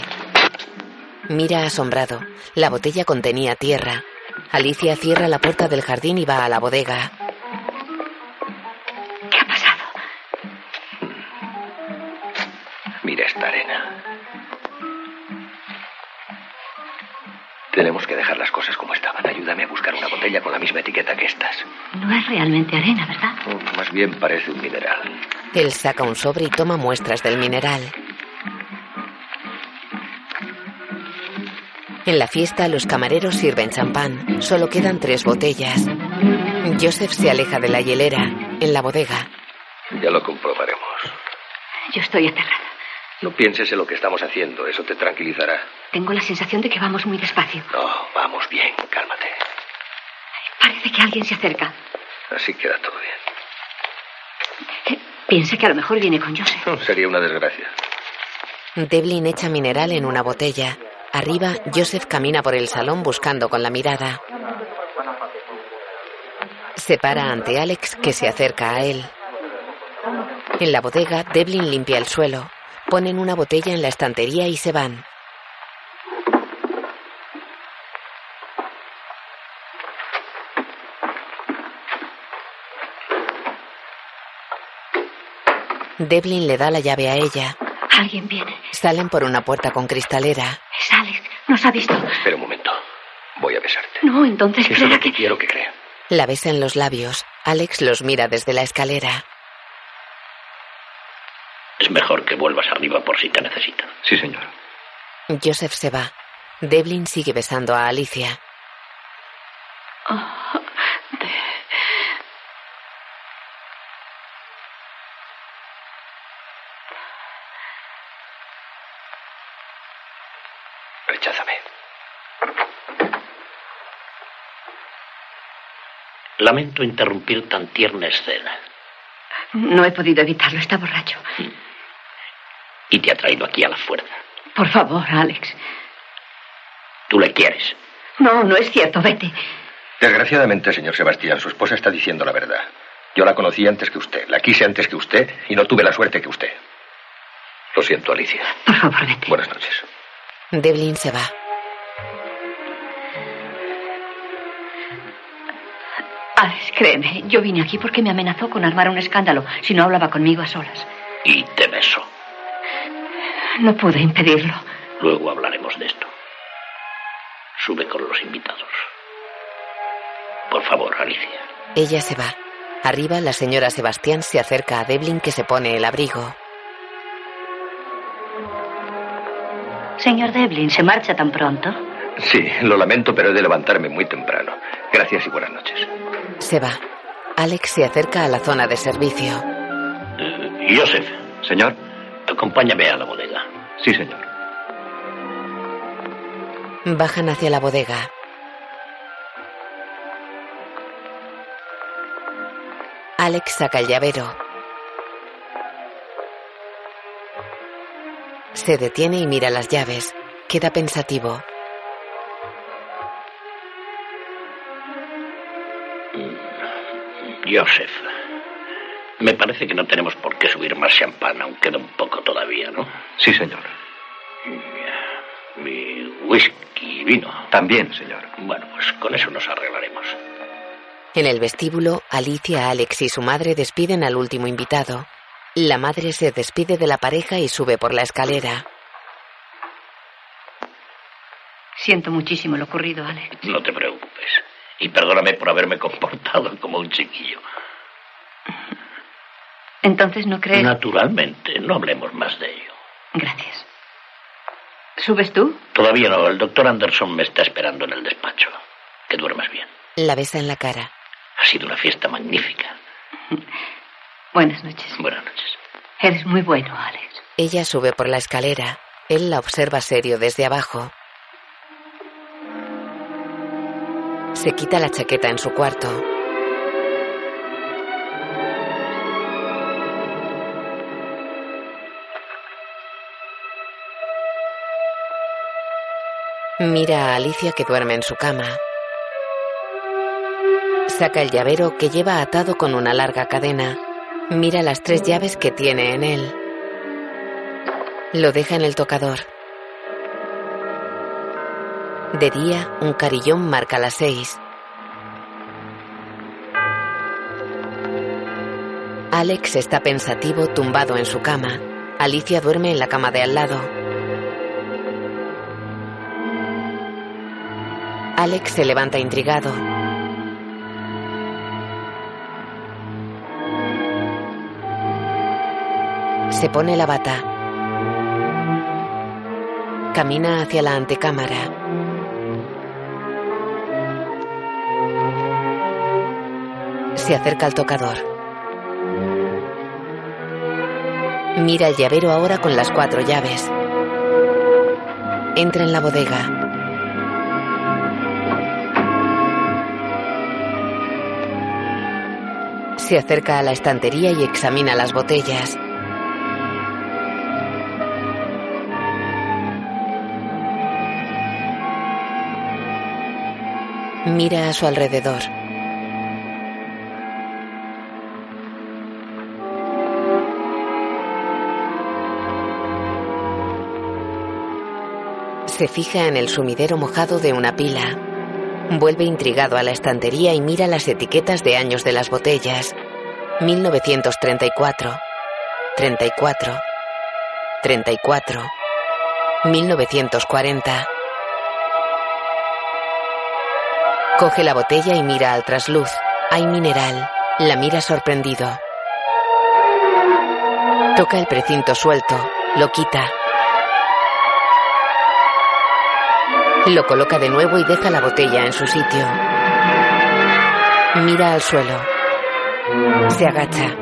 B: Mira asombrado. La botella contenía tierra. Alicia cierra la puerta del jardín y va a la bodega.
P: Mira esta arena. Tenemos que dejar las cosas como estaban. Ayúdame a buscar una botella con la misma etiqueta que estas.
H: No es realmente arena,
E: Ah.
H: ¿verdad?
P: Oh, más bien parece un mineral.
B: Él saca un sobre y toma muestras del mineral. En la fiesta los camareros sirven champán. Solo quedan tres botellas. Joseph se aleja de la hielera, en la bodega.
E: Ya lo comprobaremos.
H: Yo estoy aterrada.
E: No pienses en lo que estamos haciendo, eso te tranquilizará.
H: Tengo la sensación de que vamos muy despacio.
E: No, vamos bien, cálmate.
H: Parece que alguien se acerca.
E: Así queda todo bien.
H: Piensa que a lo mejor viene con Joseph.
E: Oh, Sería una desgracia.
B: Devlin echa mineral en una botella. Arriba, Joseph camina por el salón buscando con la mirada. Se para ante Alex, que se acerca a él. En la bodega, Devlin limpia el suelo. Ponen una botella en la estantería y se van. Devlin le da la llave a ella.
H: Alguien viene.
B: Salen por una puerta con cristalera.
H: Es Alex. Nos ha visto.
E: Espera un momento. Voy a besarte.
H: No, entonces
E: Eso es
H: creerá
E: lo
H: que...
E: que quiero que crea.
B: La besa en los labios. Alex los mira desde la escalera.
I: Es mejor que vuelvas arriba por si te necesitan.
P: Sí, señor.
B: Joseph se va. Devlin sigue besando a Alicia.
H: Oh.
E: Recházame.
I: Lamento interrumpir tan tierna escena.
H: No he podido evitarlo. Está borracho.
I: Y te ha traído aquí a la fuerza.
H: Por favor, Alex.
I: Tú le quieres.
H: No, no es cierto. Vete.
E: Desgraciadamente, señor Sebastián, su esposa está diciendo la verdad. Yo la conocí antes que usted, la quise antes que usted y no tuve la suerte que usted. Lo siento, Alicia.
H: Por favor, vete.
E: Buenas noches.
B: Devlin se va.
H: Alex, créeme. Yo vine aquí porque me amenazó con armar un escándalo si no hablaba conmigo a solas.
I: Y te beso.
H: No pude impedirlo.
I: Luego hablaremos de esto. Sube con los invitados. Por favor, Alicia.
B: Ella se va. Arriba, la señora Sebastián se acerca a Devlin que se pone el abrigo.
J: Señor Devlin, ¿se marcha tan pronto?
E: Sí, lo lamento, pero he de levantarme muy temprano. Gracias y buenas noches.
B: Se va. Alex se acerca a la zona de servicio.
I: Joseph.
P: Señor.
I: Acompáñame a la bodega.
P: Sí, señor.
B: Bajan hacia la bodega. Alex saca el llavero. Se detiene y mira las llaves. Queda pensativo.
I: Joseph. Me parece que no tenemos por qué subir más champán, aunque queda un poco todavía, ¿no?
P: Sí, señor.
I: Mi whisky y vino.
P: También, señor.
I: Bueno, pues con eso nos arreglaremos.
B: En el vestíbulo, Alicia, Alex y su madre despiden al último invitado. La madre se despide de la pareja y sube por la escalera.
H: Siento muchísimo lo ocurrido, Alex.
I: No te preocupes. Y perdóname por haberme comportado como un chiquillo.
H: Entonces no crees...
I: Eh. Naturalmente, no hablemos más de ello.
H: Gracias.
I: ¿Subes tú? Todavía no. El doctor Anderson me está esperando en el despacho. Que duermas bien.
B: La besa en la cara.
I: Ha sido una fiesta magnífica.
H: Buenas noches.
I: Buenas noches.
H: Eres muy bueno, Alex.
B: Ella sube por la escalera. Él la observa serio desde abajo. Se quita la chaqueta en su cuarto. Mira a Alicia que duerme en su cama. Saca el llavero que lleva atado con una larga cadena. Mira las tres llaves que tiene en él. Lo deja en el tocador. De día, un carillón marca las seis. Alex está pensativo tumbado en su cama. Alicia duerme en la cama de al lado. Alex se levanta intrigado. Se pone la bata. Camina hacia la antecámara. Se acerca al tocador. Mira el llavero ahora con las cuatro llaves. Entra en la bodega. Se acerca a la estantería y examina las botellas. Mira a su alrededor. Se fija en el sumidero mojado de una pila. Vuelve intrigado a la estantería y mira las etiquetas de años de las botellas. 1934, 34, 34, 1940. Coge la botella y mira al trasluz. Hay mineral. La mira sorprendido. Toca el precinto suelto. Lo quita. Lo coloca de nuevo y deja la botella en su sitio. Mira al suelo. Se agacha.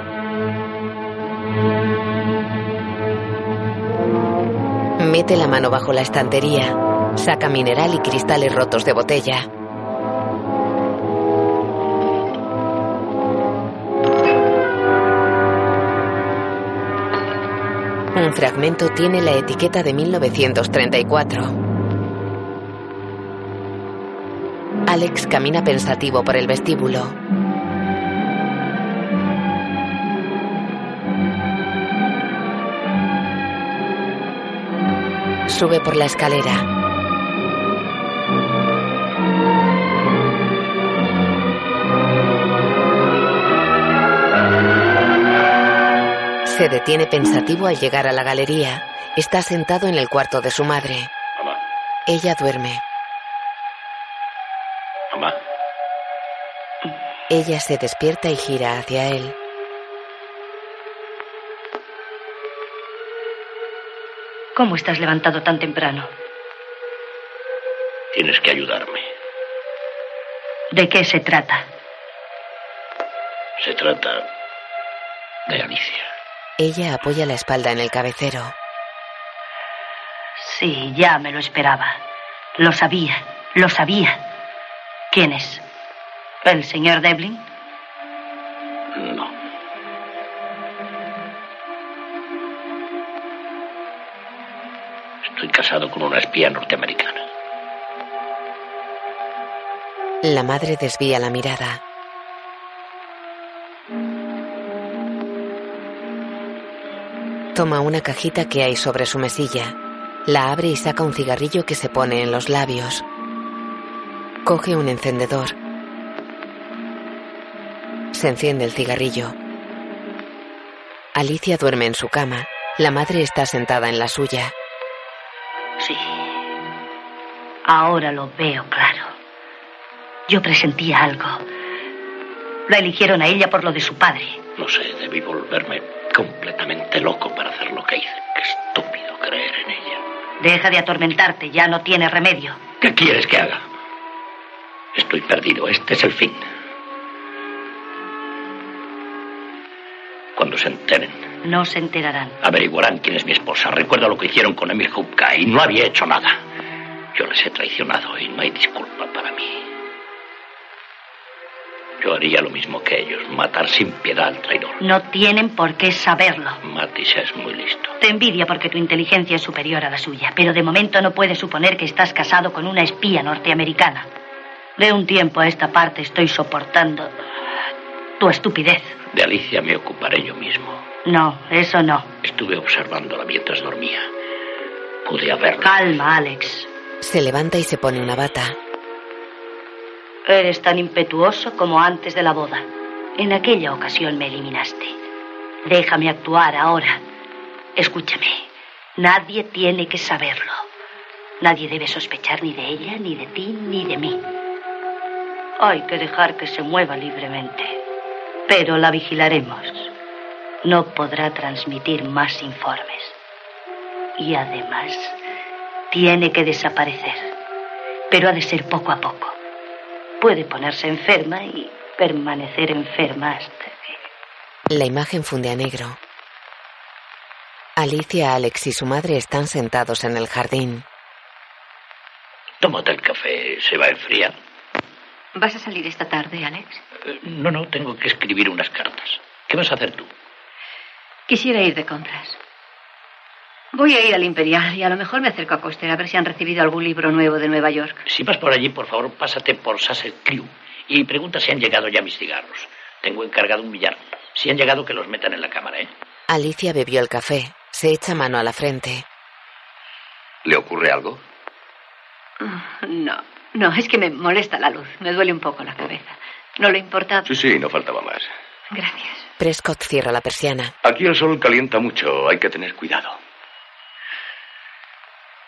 B: Mete la mano bajo la estantería. Saca mineral y cristales rotos de botella. Un fragmento tiene la etiqueta de 1934. Alex camina pensativo por el vestíbulo. Sube por la escalera. Se detiene pensativo al llegar a la galería. Está sentado en el cuarto de su madre.
R: Mamá.
B: Ella duerme.
R: Mamá.
B: Ella se despierta y gira hacia él.
J: ¿Cómo estás levantado tan temprano?
I: Tienes que ayudarme.
J: ¿De qué se trata?
I: Se trata de Alicia.
B: Ella apoya la espalda en el cabecero.
J: Sí, ya me lo esperaba. Lo sabía, lo sabía. ¿Quién es? ¿El señor Devlin?
I: No. Estoy casado con una espía norteamericana.
B: La madre desvía la mirada. Toma una cajita que hay sobre su mesilla. La abre y saca un cigarrillo que se pone en los labios. Coge un encendedor. Se enciende el cigarrillo. Alicia duerme en su cama. La madre está sentada en la suya.
J: Sí. Ahora lo veo claro. Yo presentía algo. La eligieron a ella por lo de su padre.
I: No sé, debí volverme completamente loco para hacer lo que hice. Qué estúpido creer en ella.
J: Deja de atormentarte, ya no tienes remedio.
I: ¿Qué quieres que haga? Estoy perdido, este es el fin. Cuando se enteren,
J: No se enterarán.
I: averiguarán quién es mi esposa. Recuerda lo que hicieron con Emil Hupka y no había hecho nada. Yo les he traicionado y no hay disculpa para mí. Yo haría lo mismo que ellos, matar sin piedad al traidor.
J: No tienen por qué saberlo.
I: Matis es muy listo.
J: Te envidia porque tu inteligencia es superior a la suya, pero de momento no puedes suponer que estás casado con una espía norteamericana. De un tiempo a esta parte estoy soportando tu estupidez.
I: De Alicia me ocuparé yo mismo.
J: No, eso no.
I: Estuve observándola mientras dormía. Pude haberla.
J: Calma, Alex.
B: Se levanta y se pone una bata.
J: Eres tan impetuoso como antes de la boda. En aquella ocasión me eliminaste. Déjame actuar ahora. Escúchame. Nadie tiene que saberlo. Nadie debe sospechar ni de ella, ni de ti, ni de mí. Hay que dejar que se mueva libremente. Pero la vigilaremos. No podrá transmitir más informes. Y además, tiene que desaparecer. Pero ha de ser poco a poco. Puede ponerse enferma y permanecer enferma hasta...
B: La imagen funde a negro. Alicia, Alex y su madre están sentados en el jardín.
I: Tómate el café, se va a enfriar.
H: ¿Vas a salir esta tarde, Alex?
I: Eh, No, no, tengo que escribir unas cartas. ¿Qué vas a hacer tú?
H: Quisiera ir de compras. Voy a ir al Imperial y a lo mejor me acerco a Coster a ver si han recibido algún libro nuevo de Nueva York.
I: Si vas por allí, por favor, pásate por Sussex Crew y pregunta si han llegado ya mis cigarros. Tengo encargado un billar. Si han llegado, que los metan en la cámara, ¿eh?
B: Alicia bebió el café. Se echa mano a la frente.
E: ¿Le ocurre algo?
H: No, no, es que me molesta la luz. Me duele un poco la cabeza. No le importa.
E: Sí, sí, no faltaba más.
H: Gracias.
B: Prescott cierra la persiana.
E: Aquí el sol calienta mucho, hay que tener cuidado.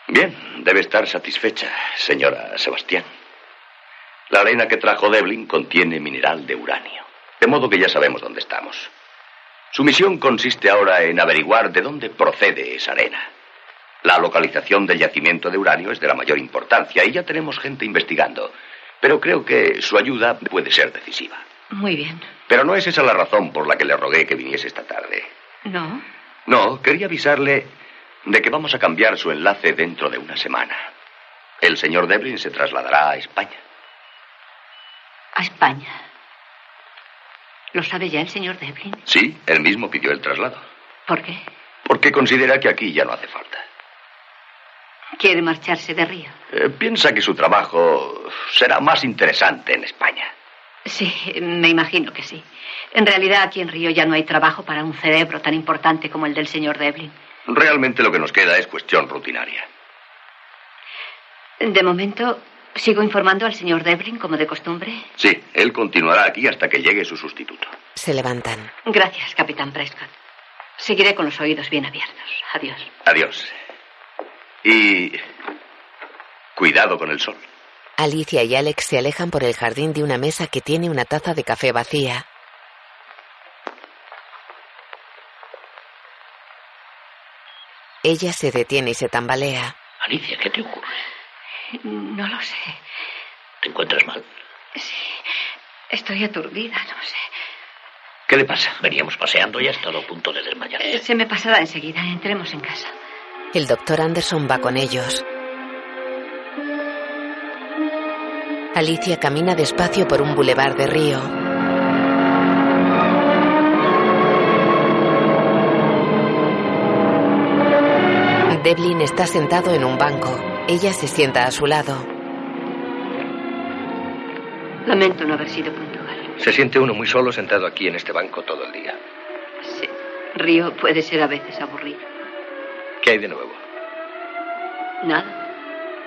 E: Bien, debe estar satisfecha, señora Sebastián. La arena que trajo Devlin contiene mineral de uranio, de modo que ya sabemos dónde estamos. Su misión consiste ahora en averiguar de dónde procede esa arena. La localización del yacimiento de uranio es de la mayor importancia y ya tenemos gente investigando, pero creo que su ayuda puede ser decisiva.
H: Muy bien.
E: Pero no es esa la razón por la que le rogué que viniese esta tarde.
H: ¿No?
E: No, quería avisarle de que vamos a cambiar su enlace dentro de una semana. El señor Devlin se trasladará a España.
H: A España. ¿Lo sabe ya el señor Devlin?
E: Sí, él mismo pidió el traslado.
H: ¿Por qué?
E: Porque considera que aquí ya no hace falta.
H: Quiere marcharse de Río.
E: Eh, piensa que su trabajo será más interesante en España.
H: Sí, me imagino que sí. En realidad aquí en Río ya no hay trabajo para un cerebro tan importante como el del señor Devlin.
E: Realmente lo que nos queda es cuestión rutinaria.
H: De momento, sigo informando al señor Devlin como de costumbre.
E: Sí, él continuará aquí hasta que llegue su sustituto.
B: Se levantan.
H: Gracias, capitán Prescott. Seguiré con los oídos bien abiertos. Adiós.
E: Adiós. Y... Cuidado con el sol.
B: Alicia y Alex se alejan por el jardín de una mesa que tiene una taza de café vacía. Ella se detiene y se tambalea.
I: Alicia, ¿qué te ocurre?
H: No lo sé.
I: ¿Te encuentras mal?
H: Estoy aturdida, no sé.
I: ¿Qué le pasa? Veníamos paseando y ha estado a punto de desmayarse.
H: Se me pasará enseguida. Entremos en casa.
B: El doctor Anderson va con ellos. Alicia camina despacio por un bulevar de río. Devlin está sentado en un banco. Ella se sienta a su lado.
H: Lamento no haber sido puntual.
S: Se siente uno muy solo sentado aquí en este banco todo el día.
H: Río puede ser a veces aburrido.
S: ¿Qué hay de nuevo?
H: Nada.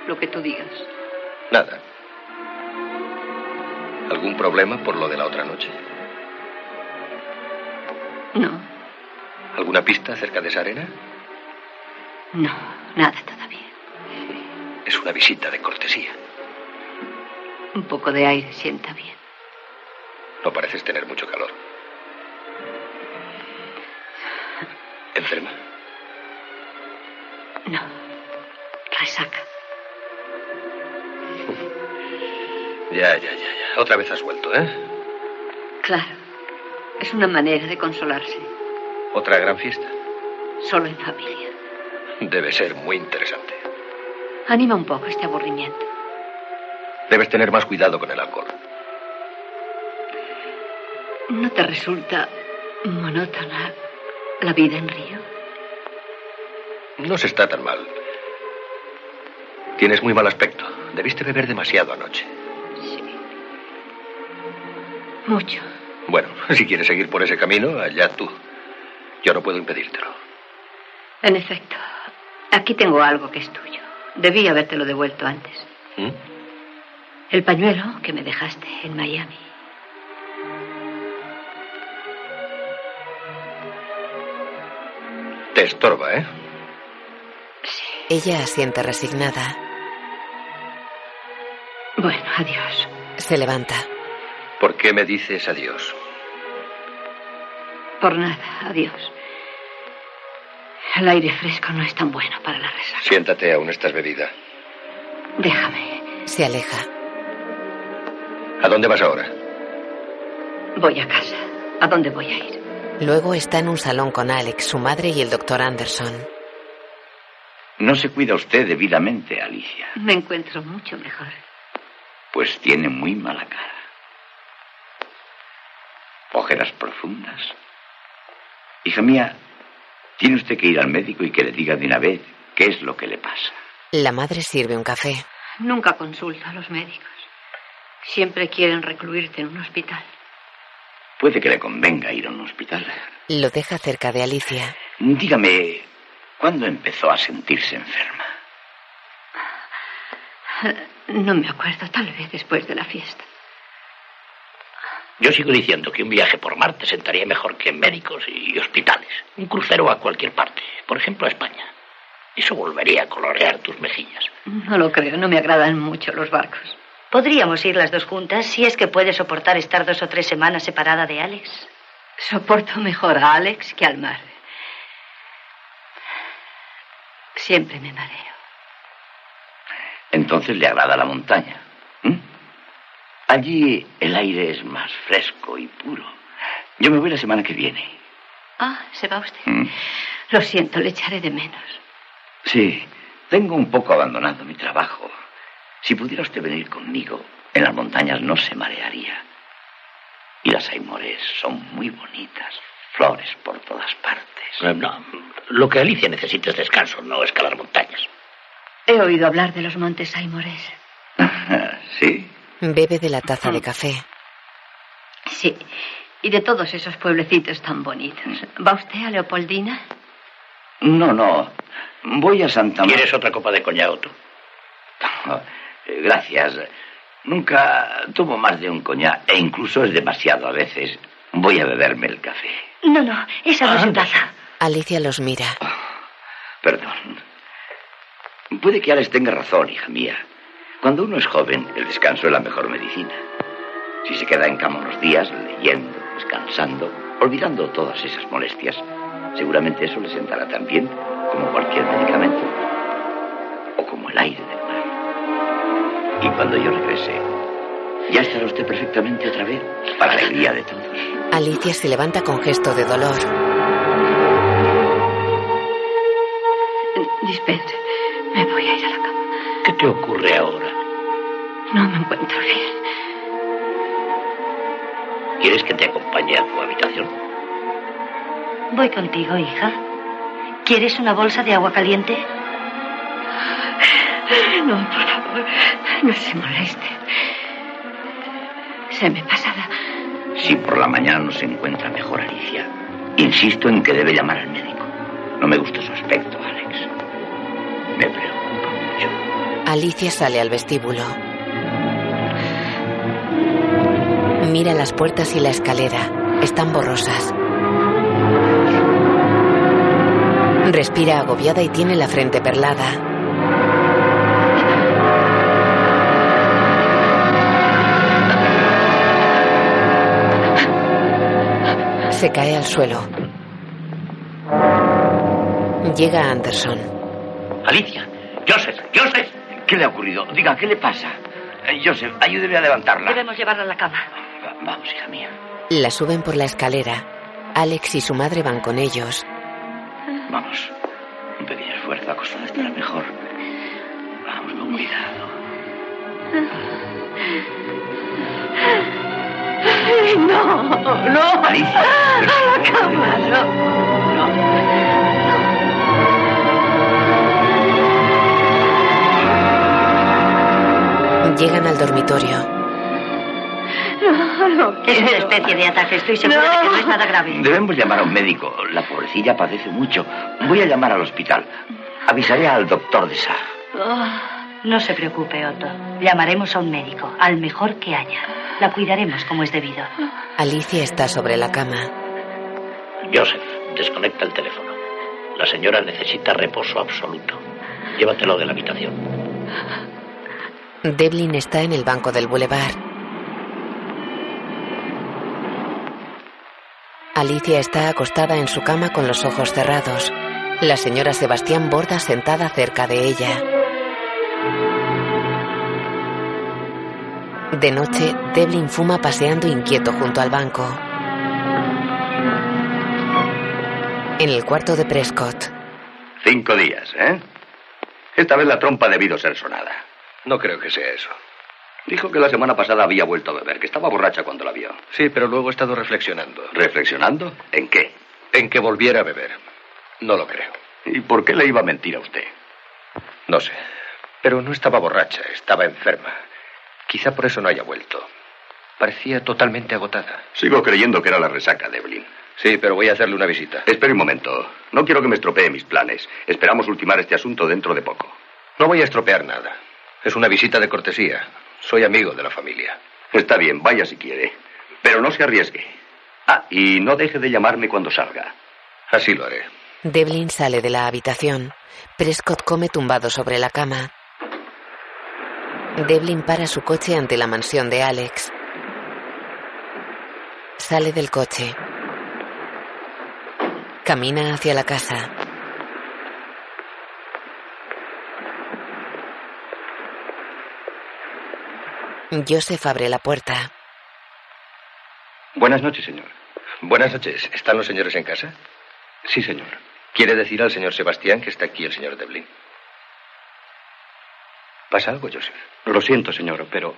H: Lo que tú digas.
S: Nada. ¿Algún problema por lo de la otra noche?
H: No,
S: ¿Alguna pista acerca de esa arena?
H: no, nada.
S: Es una visita de cortesía.
H: Un poco de aire sienta bien.
S: No pareces tener mucho calor. ¿Enferma?
H: No.
E: Ya, ya, ya, ya. Otra vez has vuelto, ¿eh?
H: Claro. Es una manera de consolarse.
E: Otra gran fiesta.
H: Solo en familia.
E: Debe ser muy interesante.
H: Anima un poco este aburrimiento.
E: Debes tener más cuidado con el alcohol.
H: ¿No te resulta monótona la vida en Río?
E: No se está tan mal. Tienes muy mal aspecto. Debiste beber demasiado anoche.
H: Mucho.
E: Bueno, si quieres seguir por ese camino, allá tú. Yo no puedo impedírtelo.
H: En efecto, aquí tengo algo que es tuyo. Debí habértelo devuelto antes.
E: ¿Mm?
H: El pañuelo que me dejaste en Miami.
E: Te estorba, ¿eh?
B: Ella asiente resignada.
H: Bueno, adiós.
B: Se levanta.
E: ¿Por qué me dices adiós?
H: Por nada, adiós. El aire fresco no es tan bueno para la resaca.
E: Siéntate, aún estás bebida.
H: Déjame.
B: Se aleja.
E: ¿A dónde vas ahora?
H: Voy a casa. ¿A dónde voy a ir?
B: Luego está en un salón con Alex, su madre y el doctor Anderson.
C: No se cuida usted debidamente, Alicia,
H: Me encuentro mucho mejor.
C: pues tiene muy mala cara. Ojeras profundas. Hija mía, tiene usted que ir al médico y que le diga de una vez qué es lo que le pasa.
B: La madre sirve un café.
H: Nunca consulto a los médicos. Siempre quieren recluirte en un hospital.
C: Puede que le convenga ir a un hospital.
B: Lo deja cerca de Alicia.
C: Dígame, ¿cuándo empezó a sentirse enferma?
H: No me acuerdo, tal vez después de la fiesta.
I: Yo sigo diciendo que un viaje por mar te sentaría mejor que en médicos y hospitales. Un crucero a cualquier parte, por ejemplo a España. Eso volvería a colorear tus mejillas.
H: No lo creo, no me agradan mucho los barcos.
J: Podríamos ir las dos juntas si es que puede soportar estar dos o tres semanas separada de Alex.
H: Soporto mejor a Alex que al mar. Siempre me mareo.
C: Entonces le agrada la montaña. ¿m? Allí el aire es más fresco y puro. Yo me voy la semana que viene.
H: Ah, se va usted.
C: ¿m?
H: Lo siento, le echaré de menos.
C: Sí, tengo un poco abandonado mi trabajo. Si pudiera usted venir conmigo, en las montañas no se marearía. Y las aimores son muy bonitas, flores por todas partes.
I: Eh, No, lo que Alicia necesita es descanso, no escalar montañas.
H: He oído hablar de los montes Aimores.
C: ¿Sí?
B: Bebe de la taza de café.
H: Sí, y de todos esos pueblecitos tan bonitos. ¿Va usted a Leopoldina?
C: No, no. Voy a Santa María.
I: ¿Quieres otra copa de coñac tú?
C: eh, Gracias. Nunca tomo más de un coñac e incluso es demasiado a veces. Voy a beberme el café.
J: No, no, esa no es su taza.
B: Alicia los mira.
C: Perdón. Puede que Alex tenga razón, hija mía. Cuando uno es joven, el descanso es la mejor medicina. Si se queda en cama unos días, leyendo, descansando, olvidando todas esas molestias, seguramente eso le sentará tan bien como cualquier medicamento. O como el aire del mar. Y cuando yo regrese, ya estará usted perfectamente otra vez, para alegría de todos.
B: Alicia se levanta con gesto de dolor.
H: Dispense, me voy a ir a la cama.
I: ¿Qué te ocurre ahora?
H: No me encuentro bien.
I: ¿Quieres que te acompañe a tu habitación?
J: Voy contigo, hija. ¿Quieres una bolsa de agua caliente?
H: No, por favor, no se moleste. Se me pasará.
C: Si por la mañana no se encuentra mejor Alicia, insisto en que debe llamar al médico. No me gusta su aspecto, Alex. Me preocupa.
B: Alicia sale al vestíbulo. Mira las puertas y la escalera. Están borrosas. Respira agobiada y tiene la frente perlada. Se cae al suelo. Llega Anderson.
I: Alicia, Joseph, Joseph.
C: ¿Qué le ha ocurrido? Diga, ¿qué le pasa?
T: Eh, Joseph, ayúdeme a levantarla.
J: Debemos llevarla a la cama.
T: Va- vamos, hija mía.
B: La suben por la escalera. Alex y su madre van con ellos.
T: Vamos. Un pequeño esfuerzo acostada estará mejor. Vamos con cuidado.
J: No, no, Alicia. A la cama, no.
B: Llegan al dormitorio.
J: No, no Es una especie de ataque, estoy segura de que no es nada grave.
T: Debemos llamar a un médico. La pobrecilla padece mucho. Voy a llamar al hospital. Avisaré al doctor de Sa.
J: No se preocupe, Otto. Llamaremos a un médico, al mejor que haya. La cuidaremos como es debido.
B: Alicia está sobre la cama.
I: Joseph, desconecta el teléfono. La señora necesita reposo absoluto. Llévatelo de la habitación.
B: Devlin está en el banco del boulevard. Alicia está acostada en su cama con los ojos cerrados. La señora Sebastián borda sentada cerca de ella. De noche, Devlin fuma paseando inquieto junto al banco. En el cuarto de Prescott.
C: Cinco días, ¿eh? Esta vez la trompa ha debido ser sonada.
E: No creo que sea eso.
C: Dijo que la semana pasada había vuelto a beber, que estaba borracha cuando la vio.
E: Sí, pero luego he estado reflexionando.
C: ¿Reflexionando? ¿En qué?
E: En que volviera a beber. No lo creo.
C: ¿Y por qué le iba a mentir a usted?
E: No sé. Pero no estaba borracha, estaba enferma. Quizá por eso no haya vuelto. Parecía totalmente agotada.
C: Sigo creyendo que era la resaca, Devlin.
E: Sí, pero voy a hacerle una visita.
C: Espere un momento. No quiero que me estropee mis planes. Esperamos ultimar este asunto dentro de poco.
E: No voy a estropear nada. Es una visita de cortesía. Soy amigo de la familia.
C: Está bien, vaya si quiere. Pero no se arriesgue. Ah, y no deje de llamarme cuando salga.
E: Así lo haré.
B: Devlin sale de la habitación. Prescott come tumbado sobre la cama. Devlin para su coche ante la mansión de Alex. Sale del coche. Camina hacia la casa. Joseph abre la puerta.
E: Buenas noches, señor. Buenas noches. ¿Están los señores en casa? Sí, señor. ¿Quiere decir al señor Sebastián que está aquí el señor Devlin? ¿Pasa algo, Joseph?
N: Lo siento, señor, pero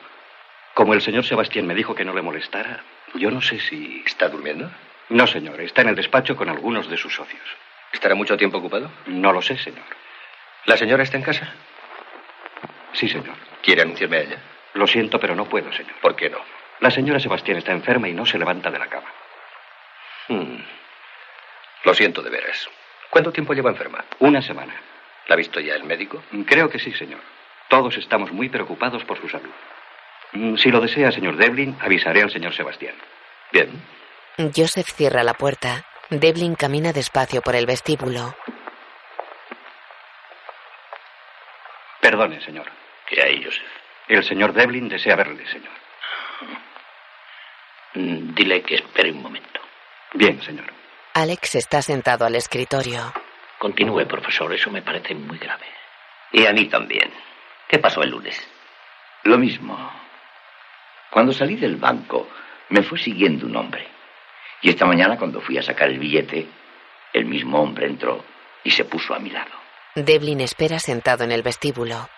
N: como el señor Sebastián me dijo que no le molestara, yo no sé si...
E: ¿Está durmiendo?
N: No, señor, está en el despacho con algunos de sus socios.
E: ¿Estará mucho tiempo ocupado?
N: No lo sé, señor.
E: ¿La señora está en casa?
N: Sí, señor.
E: ¿Quiere anunciarme a ella?
N: Lo siento, pero no puedo, señor.
E: ¿Por qué no?
N: La señora Sebastián está enferma y no se levanta de la cama.
E: Hmm. Lo siento de veras. ¿Cuánto tiempo lleva enferma?
N: Una semana.
E: ¿La ha visto ya el médico?
N: Creo que sí, señor. Todos estamos muy preocupados por su salud. Mm, Si lo desea, señor Devlin, avisaré al señor Sebastián.
E: Bien.
B: Joseph cierra la puerta. Devlin camina despacio por el vestíbulo.
N: Perdone, señor.
T: ¿Qué hay, Joseph?
N: El señor Devlin desea verle, señor.
I: Mm, Dile que espere un momento.
N: Bien, señor.
B: Alex está sentado al escritorio.
I: Continúe, profesor. Eso me parece muy grave.
M: Y a mí también. ¿Qué pasó el lunes?
T: Lo mismo. Cuando salí del banco, me fue siguiendo un hombre. Y esta mañana, cuando fui a sacar el billete, el mismo hombre entró y se puso a mi lado.
B: Devlin espera sentado en el vestíbulo.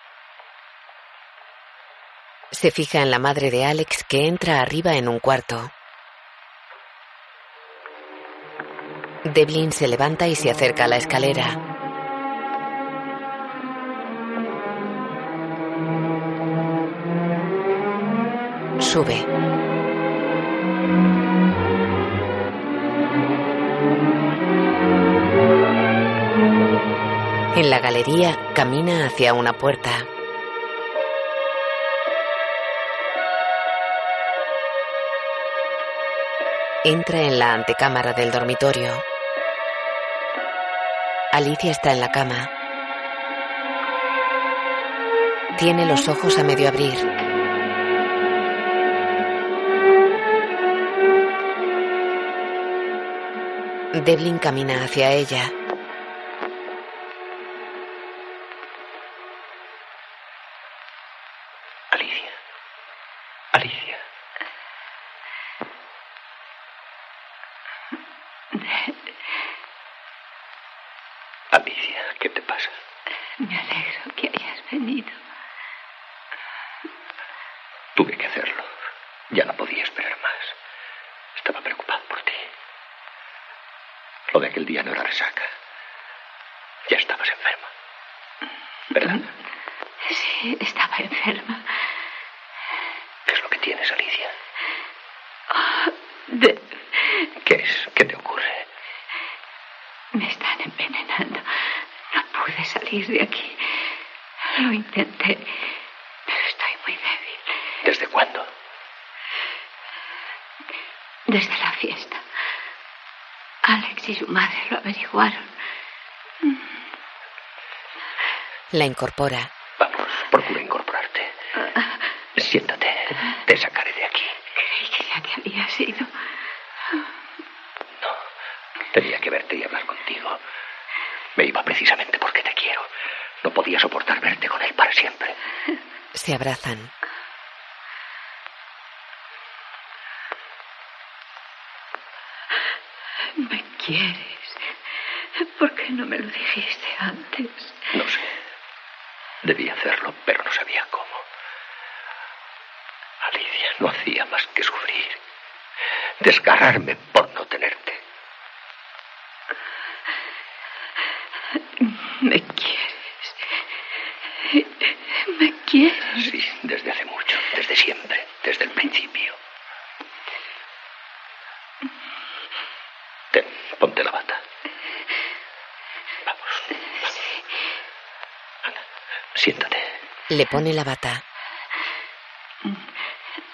B: Se fija en la madre de Alex que entra arriba en un cuarto. Devlin se levanta y se acerca a la escalera. Sube. En la galería camina hacia una puerta. Entra en la antecámara del dormitorio. Alicia está en la cama. Tiene los ojos a medio abrir. Devlin camina hacia ella.
T: Alicia.
C: Estaba preocupado por ti. Lo de aquel día no era resaca. Ya estabas enferma. ¿Verdad?
G: Sí, estaba enferma.
C: ¿Qué es lo que tienes, Alicia?
G: Ah, De-
C: ¿Qué es? ¿Qué te ocurre?
G: Me están envenenando. No pude salir de aquí. Lo intenté, pero estoy muy débil.
C: ¿Desde cuándo?
G: Desde la fiesta. Alex y su madre lo averiguaron.
B: La incorpora.
C: Vamos, procura incorporarte. Siéntate. Te sacaré de aquí.
G: Creí que ya te habías ido.
C: Tenía que verte y hablar contigo. Me iba precisamente porque te quiero. No podía soportar verte con él para siempre.
B: Se abrazan.
G: Me quieres. ¿Por qué no me lo dijiste antes?
C: No sé. Debía hacerlo, pero no sabía cómo. Alicia no hacía más que sufrir. Desgarrarme por no tenerte.
G: Me quieres. Me quieres.
C: Sí, desde hace mucho, desde siempre, desde el principio. Ten, ponte la bata. Vamos. vamos. Anda, siéntate.
B: Le pone la bata.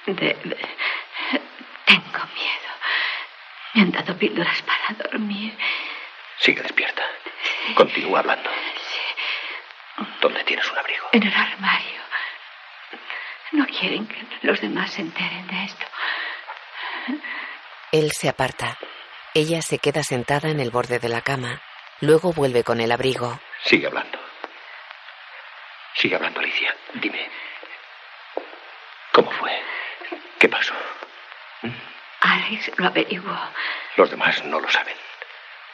G: De- de- Tengo miedo. Me han dado píldoras para dormir.
C: Sigue despierta. Continúa hablando. ¿Dónde tienes un abrigo?
G: En el armario. No quieren que los demás se enteren de esto.
B: Él se aparta. Ella se queda sentada en el borde de la cama. Luego vuelve con el abrigo.
C: Sigue hablando. Sigue hablando, Alicia. Dime. ¿Cómo fue? ¿Qué pasó?
G: Alex lo averiguó.
C: Los demás no lo saben.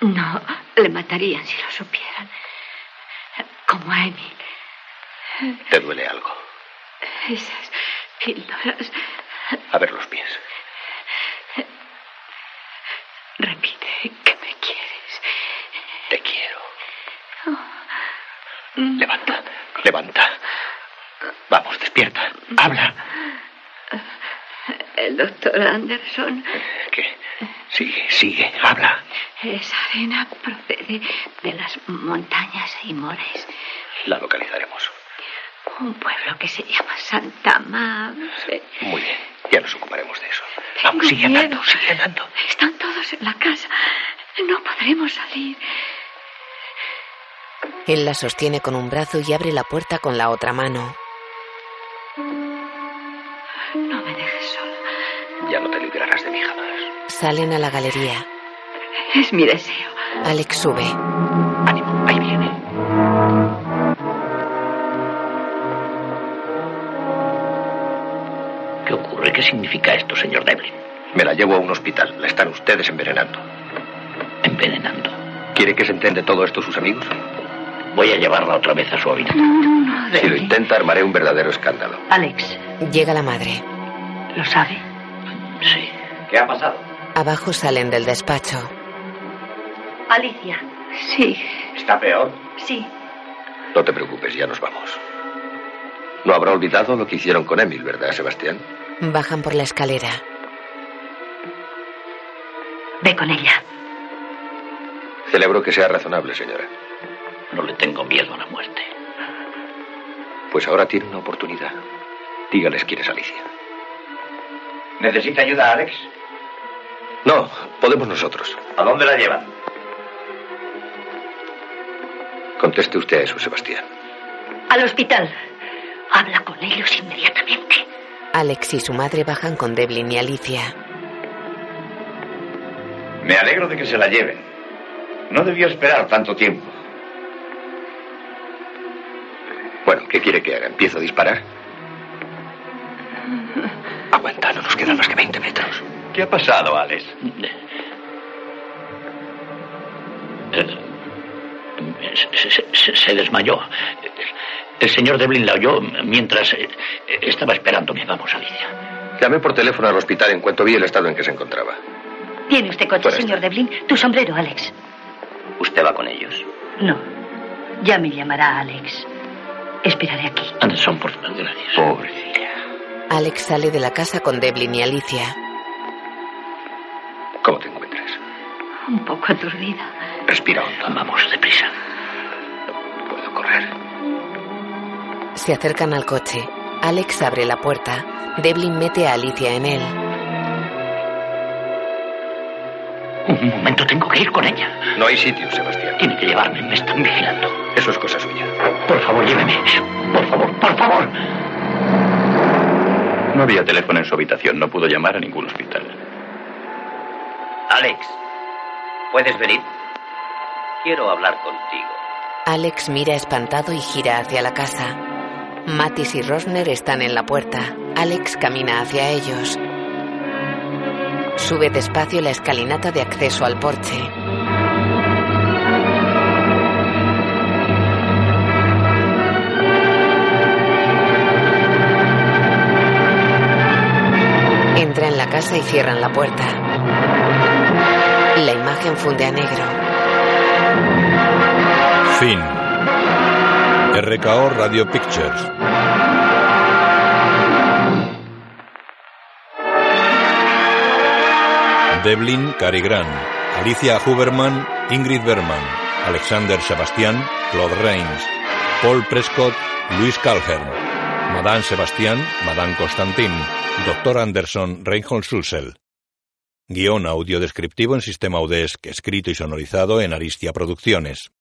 G: No, le matarían si lo supieran. Como a Amy.
C: ¿Te duele algo?
G: Esas píldoras.
C: A ver los pies.
G: Repite que me quieres.
C: Te quiero. Levanta, levanta. Vamos, despierta. Habla.
G: El doctor Anderson,
C: ¿Qué? Sigue, sigue, habla.
G: esa arena procede de las montañas Aimores,
C: La localizaremos.
G: un pueblo que se llama Santa Mave.
C: Muy bien, ya nos ocuparemos de eso. Vamos, Ah, sigue
G: miedo.
C: andando, sigue andando.
G: Están todos en la casa. No podremos salir.
B: Él la sostiene con un brazo y abre la puerta con la otra mano.
G: No me dejes sola.
C: Ya no te librarás de mí jamás.
B: Salen a la galería.
G: Es mi deseo.
B: Alex sube.
I: ¿Qué ocurre? ¿Qué significa esto, señor Devlin?
E: Me la llevo a un hospital. La están ustedes envenenando.
I: ¿Envenenando?
E: ¿Quiere que se entiende todo esto sus amigos?
I: Voy a llevarla otra vez a su habitación.
E: Si lo intenta, armaré un verdadero escándalo.
B: Alex. Llega la madre.
J: ¿Lo sabe?
I: Sí.
U: ¿Qué ha pasado?
B: Abajo salen del despacho.
J: Alicia. Sí.
U: ¿Está peor?
J: Sí.
E: No te preocupes, ya nos vamos. No habrá olvidado lo que hicieron con Emil, ¿verdad, Sebastián?
B: Bajan por la escalera.
J: Ve con ella.
E: Celebro que sea razonable, señora.
I: No le tengo miedo a la muerte.
E: Pues ahora tiene una oportunidad. Dígales quién es Alicia.
U: ¿Necesita ayuda, Alex?
E: No, podemos nosotros.
U: ¿A dónde la llevan?
E: Conteste usted a eso, Sebastián.
J: Al hospital. Habla con ellos inmediatamente.
B: Alex y su madre bajan con Devlin y Alicia.
U: Me alegro de que se la lleven. No debió esperar tanto tiempo.
E: Bueno, ¿qué quiere que haga? ¿Empiezo a disparar? Aguanta, no nos quedan más que 20 metros.
U: ¿Qué ha pasado, Alex?
I: Se, se- se- se desmayó. El señor Devlin la oyó mientras eh, estaba esperándome. Vamos, Alicia.
E: Llamé por teléfono al hospital en cuanto vi el estado en que se encontraba.
J: ¿Tiene usted coche, señor Devlin? Tu sombrero, Alex.
M: Usted va con ellos.
J: No. Ya me llamará Alex. Esperaré aquí.
I: Anderson, por favor, gracias. Pobre.
B: Alex sale de la casa con Devlin y Alicia.
E: ¿Cómo te encuentras?
R: Un poco aturdida.
E: Respira hondo.
I: Vamos, deprisa.
E: Puedo correr.
B: Se acercan al coche. Alex abre la puerta. Devlin mete a Alicia en él.
I: Un momento, tengo que ir con ella.
E: No hay sitio, Sebastián.
I: Tiene que llevarme, me están vigilando.
E: Eso es cosa suya.
I: Por favor, lléveme. Por favor, por favor.
C: No había teléfono en su habitación, no pudo llamar a ningún hospital.
M: Alex, ¿puedes venir? Quiero hablar contigo.
B: Alex mira espantado y gira hacia la casa. Matis y Rosner están en la puerta. Alex camina hacia ellos. Sube despacio la escalinata de acceso al porche. Entra en la casa y cierran la puerta. La imagen funde a negro.
A: Fin. RKO Radio Pictures. Devlin Carigran, Alicia Huberman, Ingrid Berman, Alexander Sebastián, Claude Reigns, Paul Prescott, Luis Calhern, Madame Sebastián, Madame Constantin, Dr. Anderson, Reinhold Schulzel. Guión audio descriptivo en sistema UDESC, escrito y sonorizado en Aristia Producciones.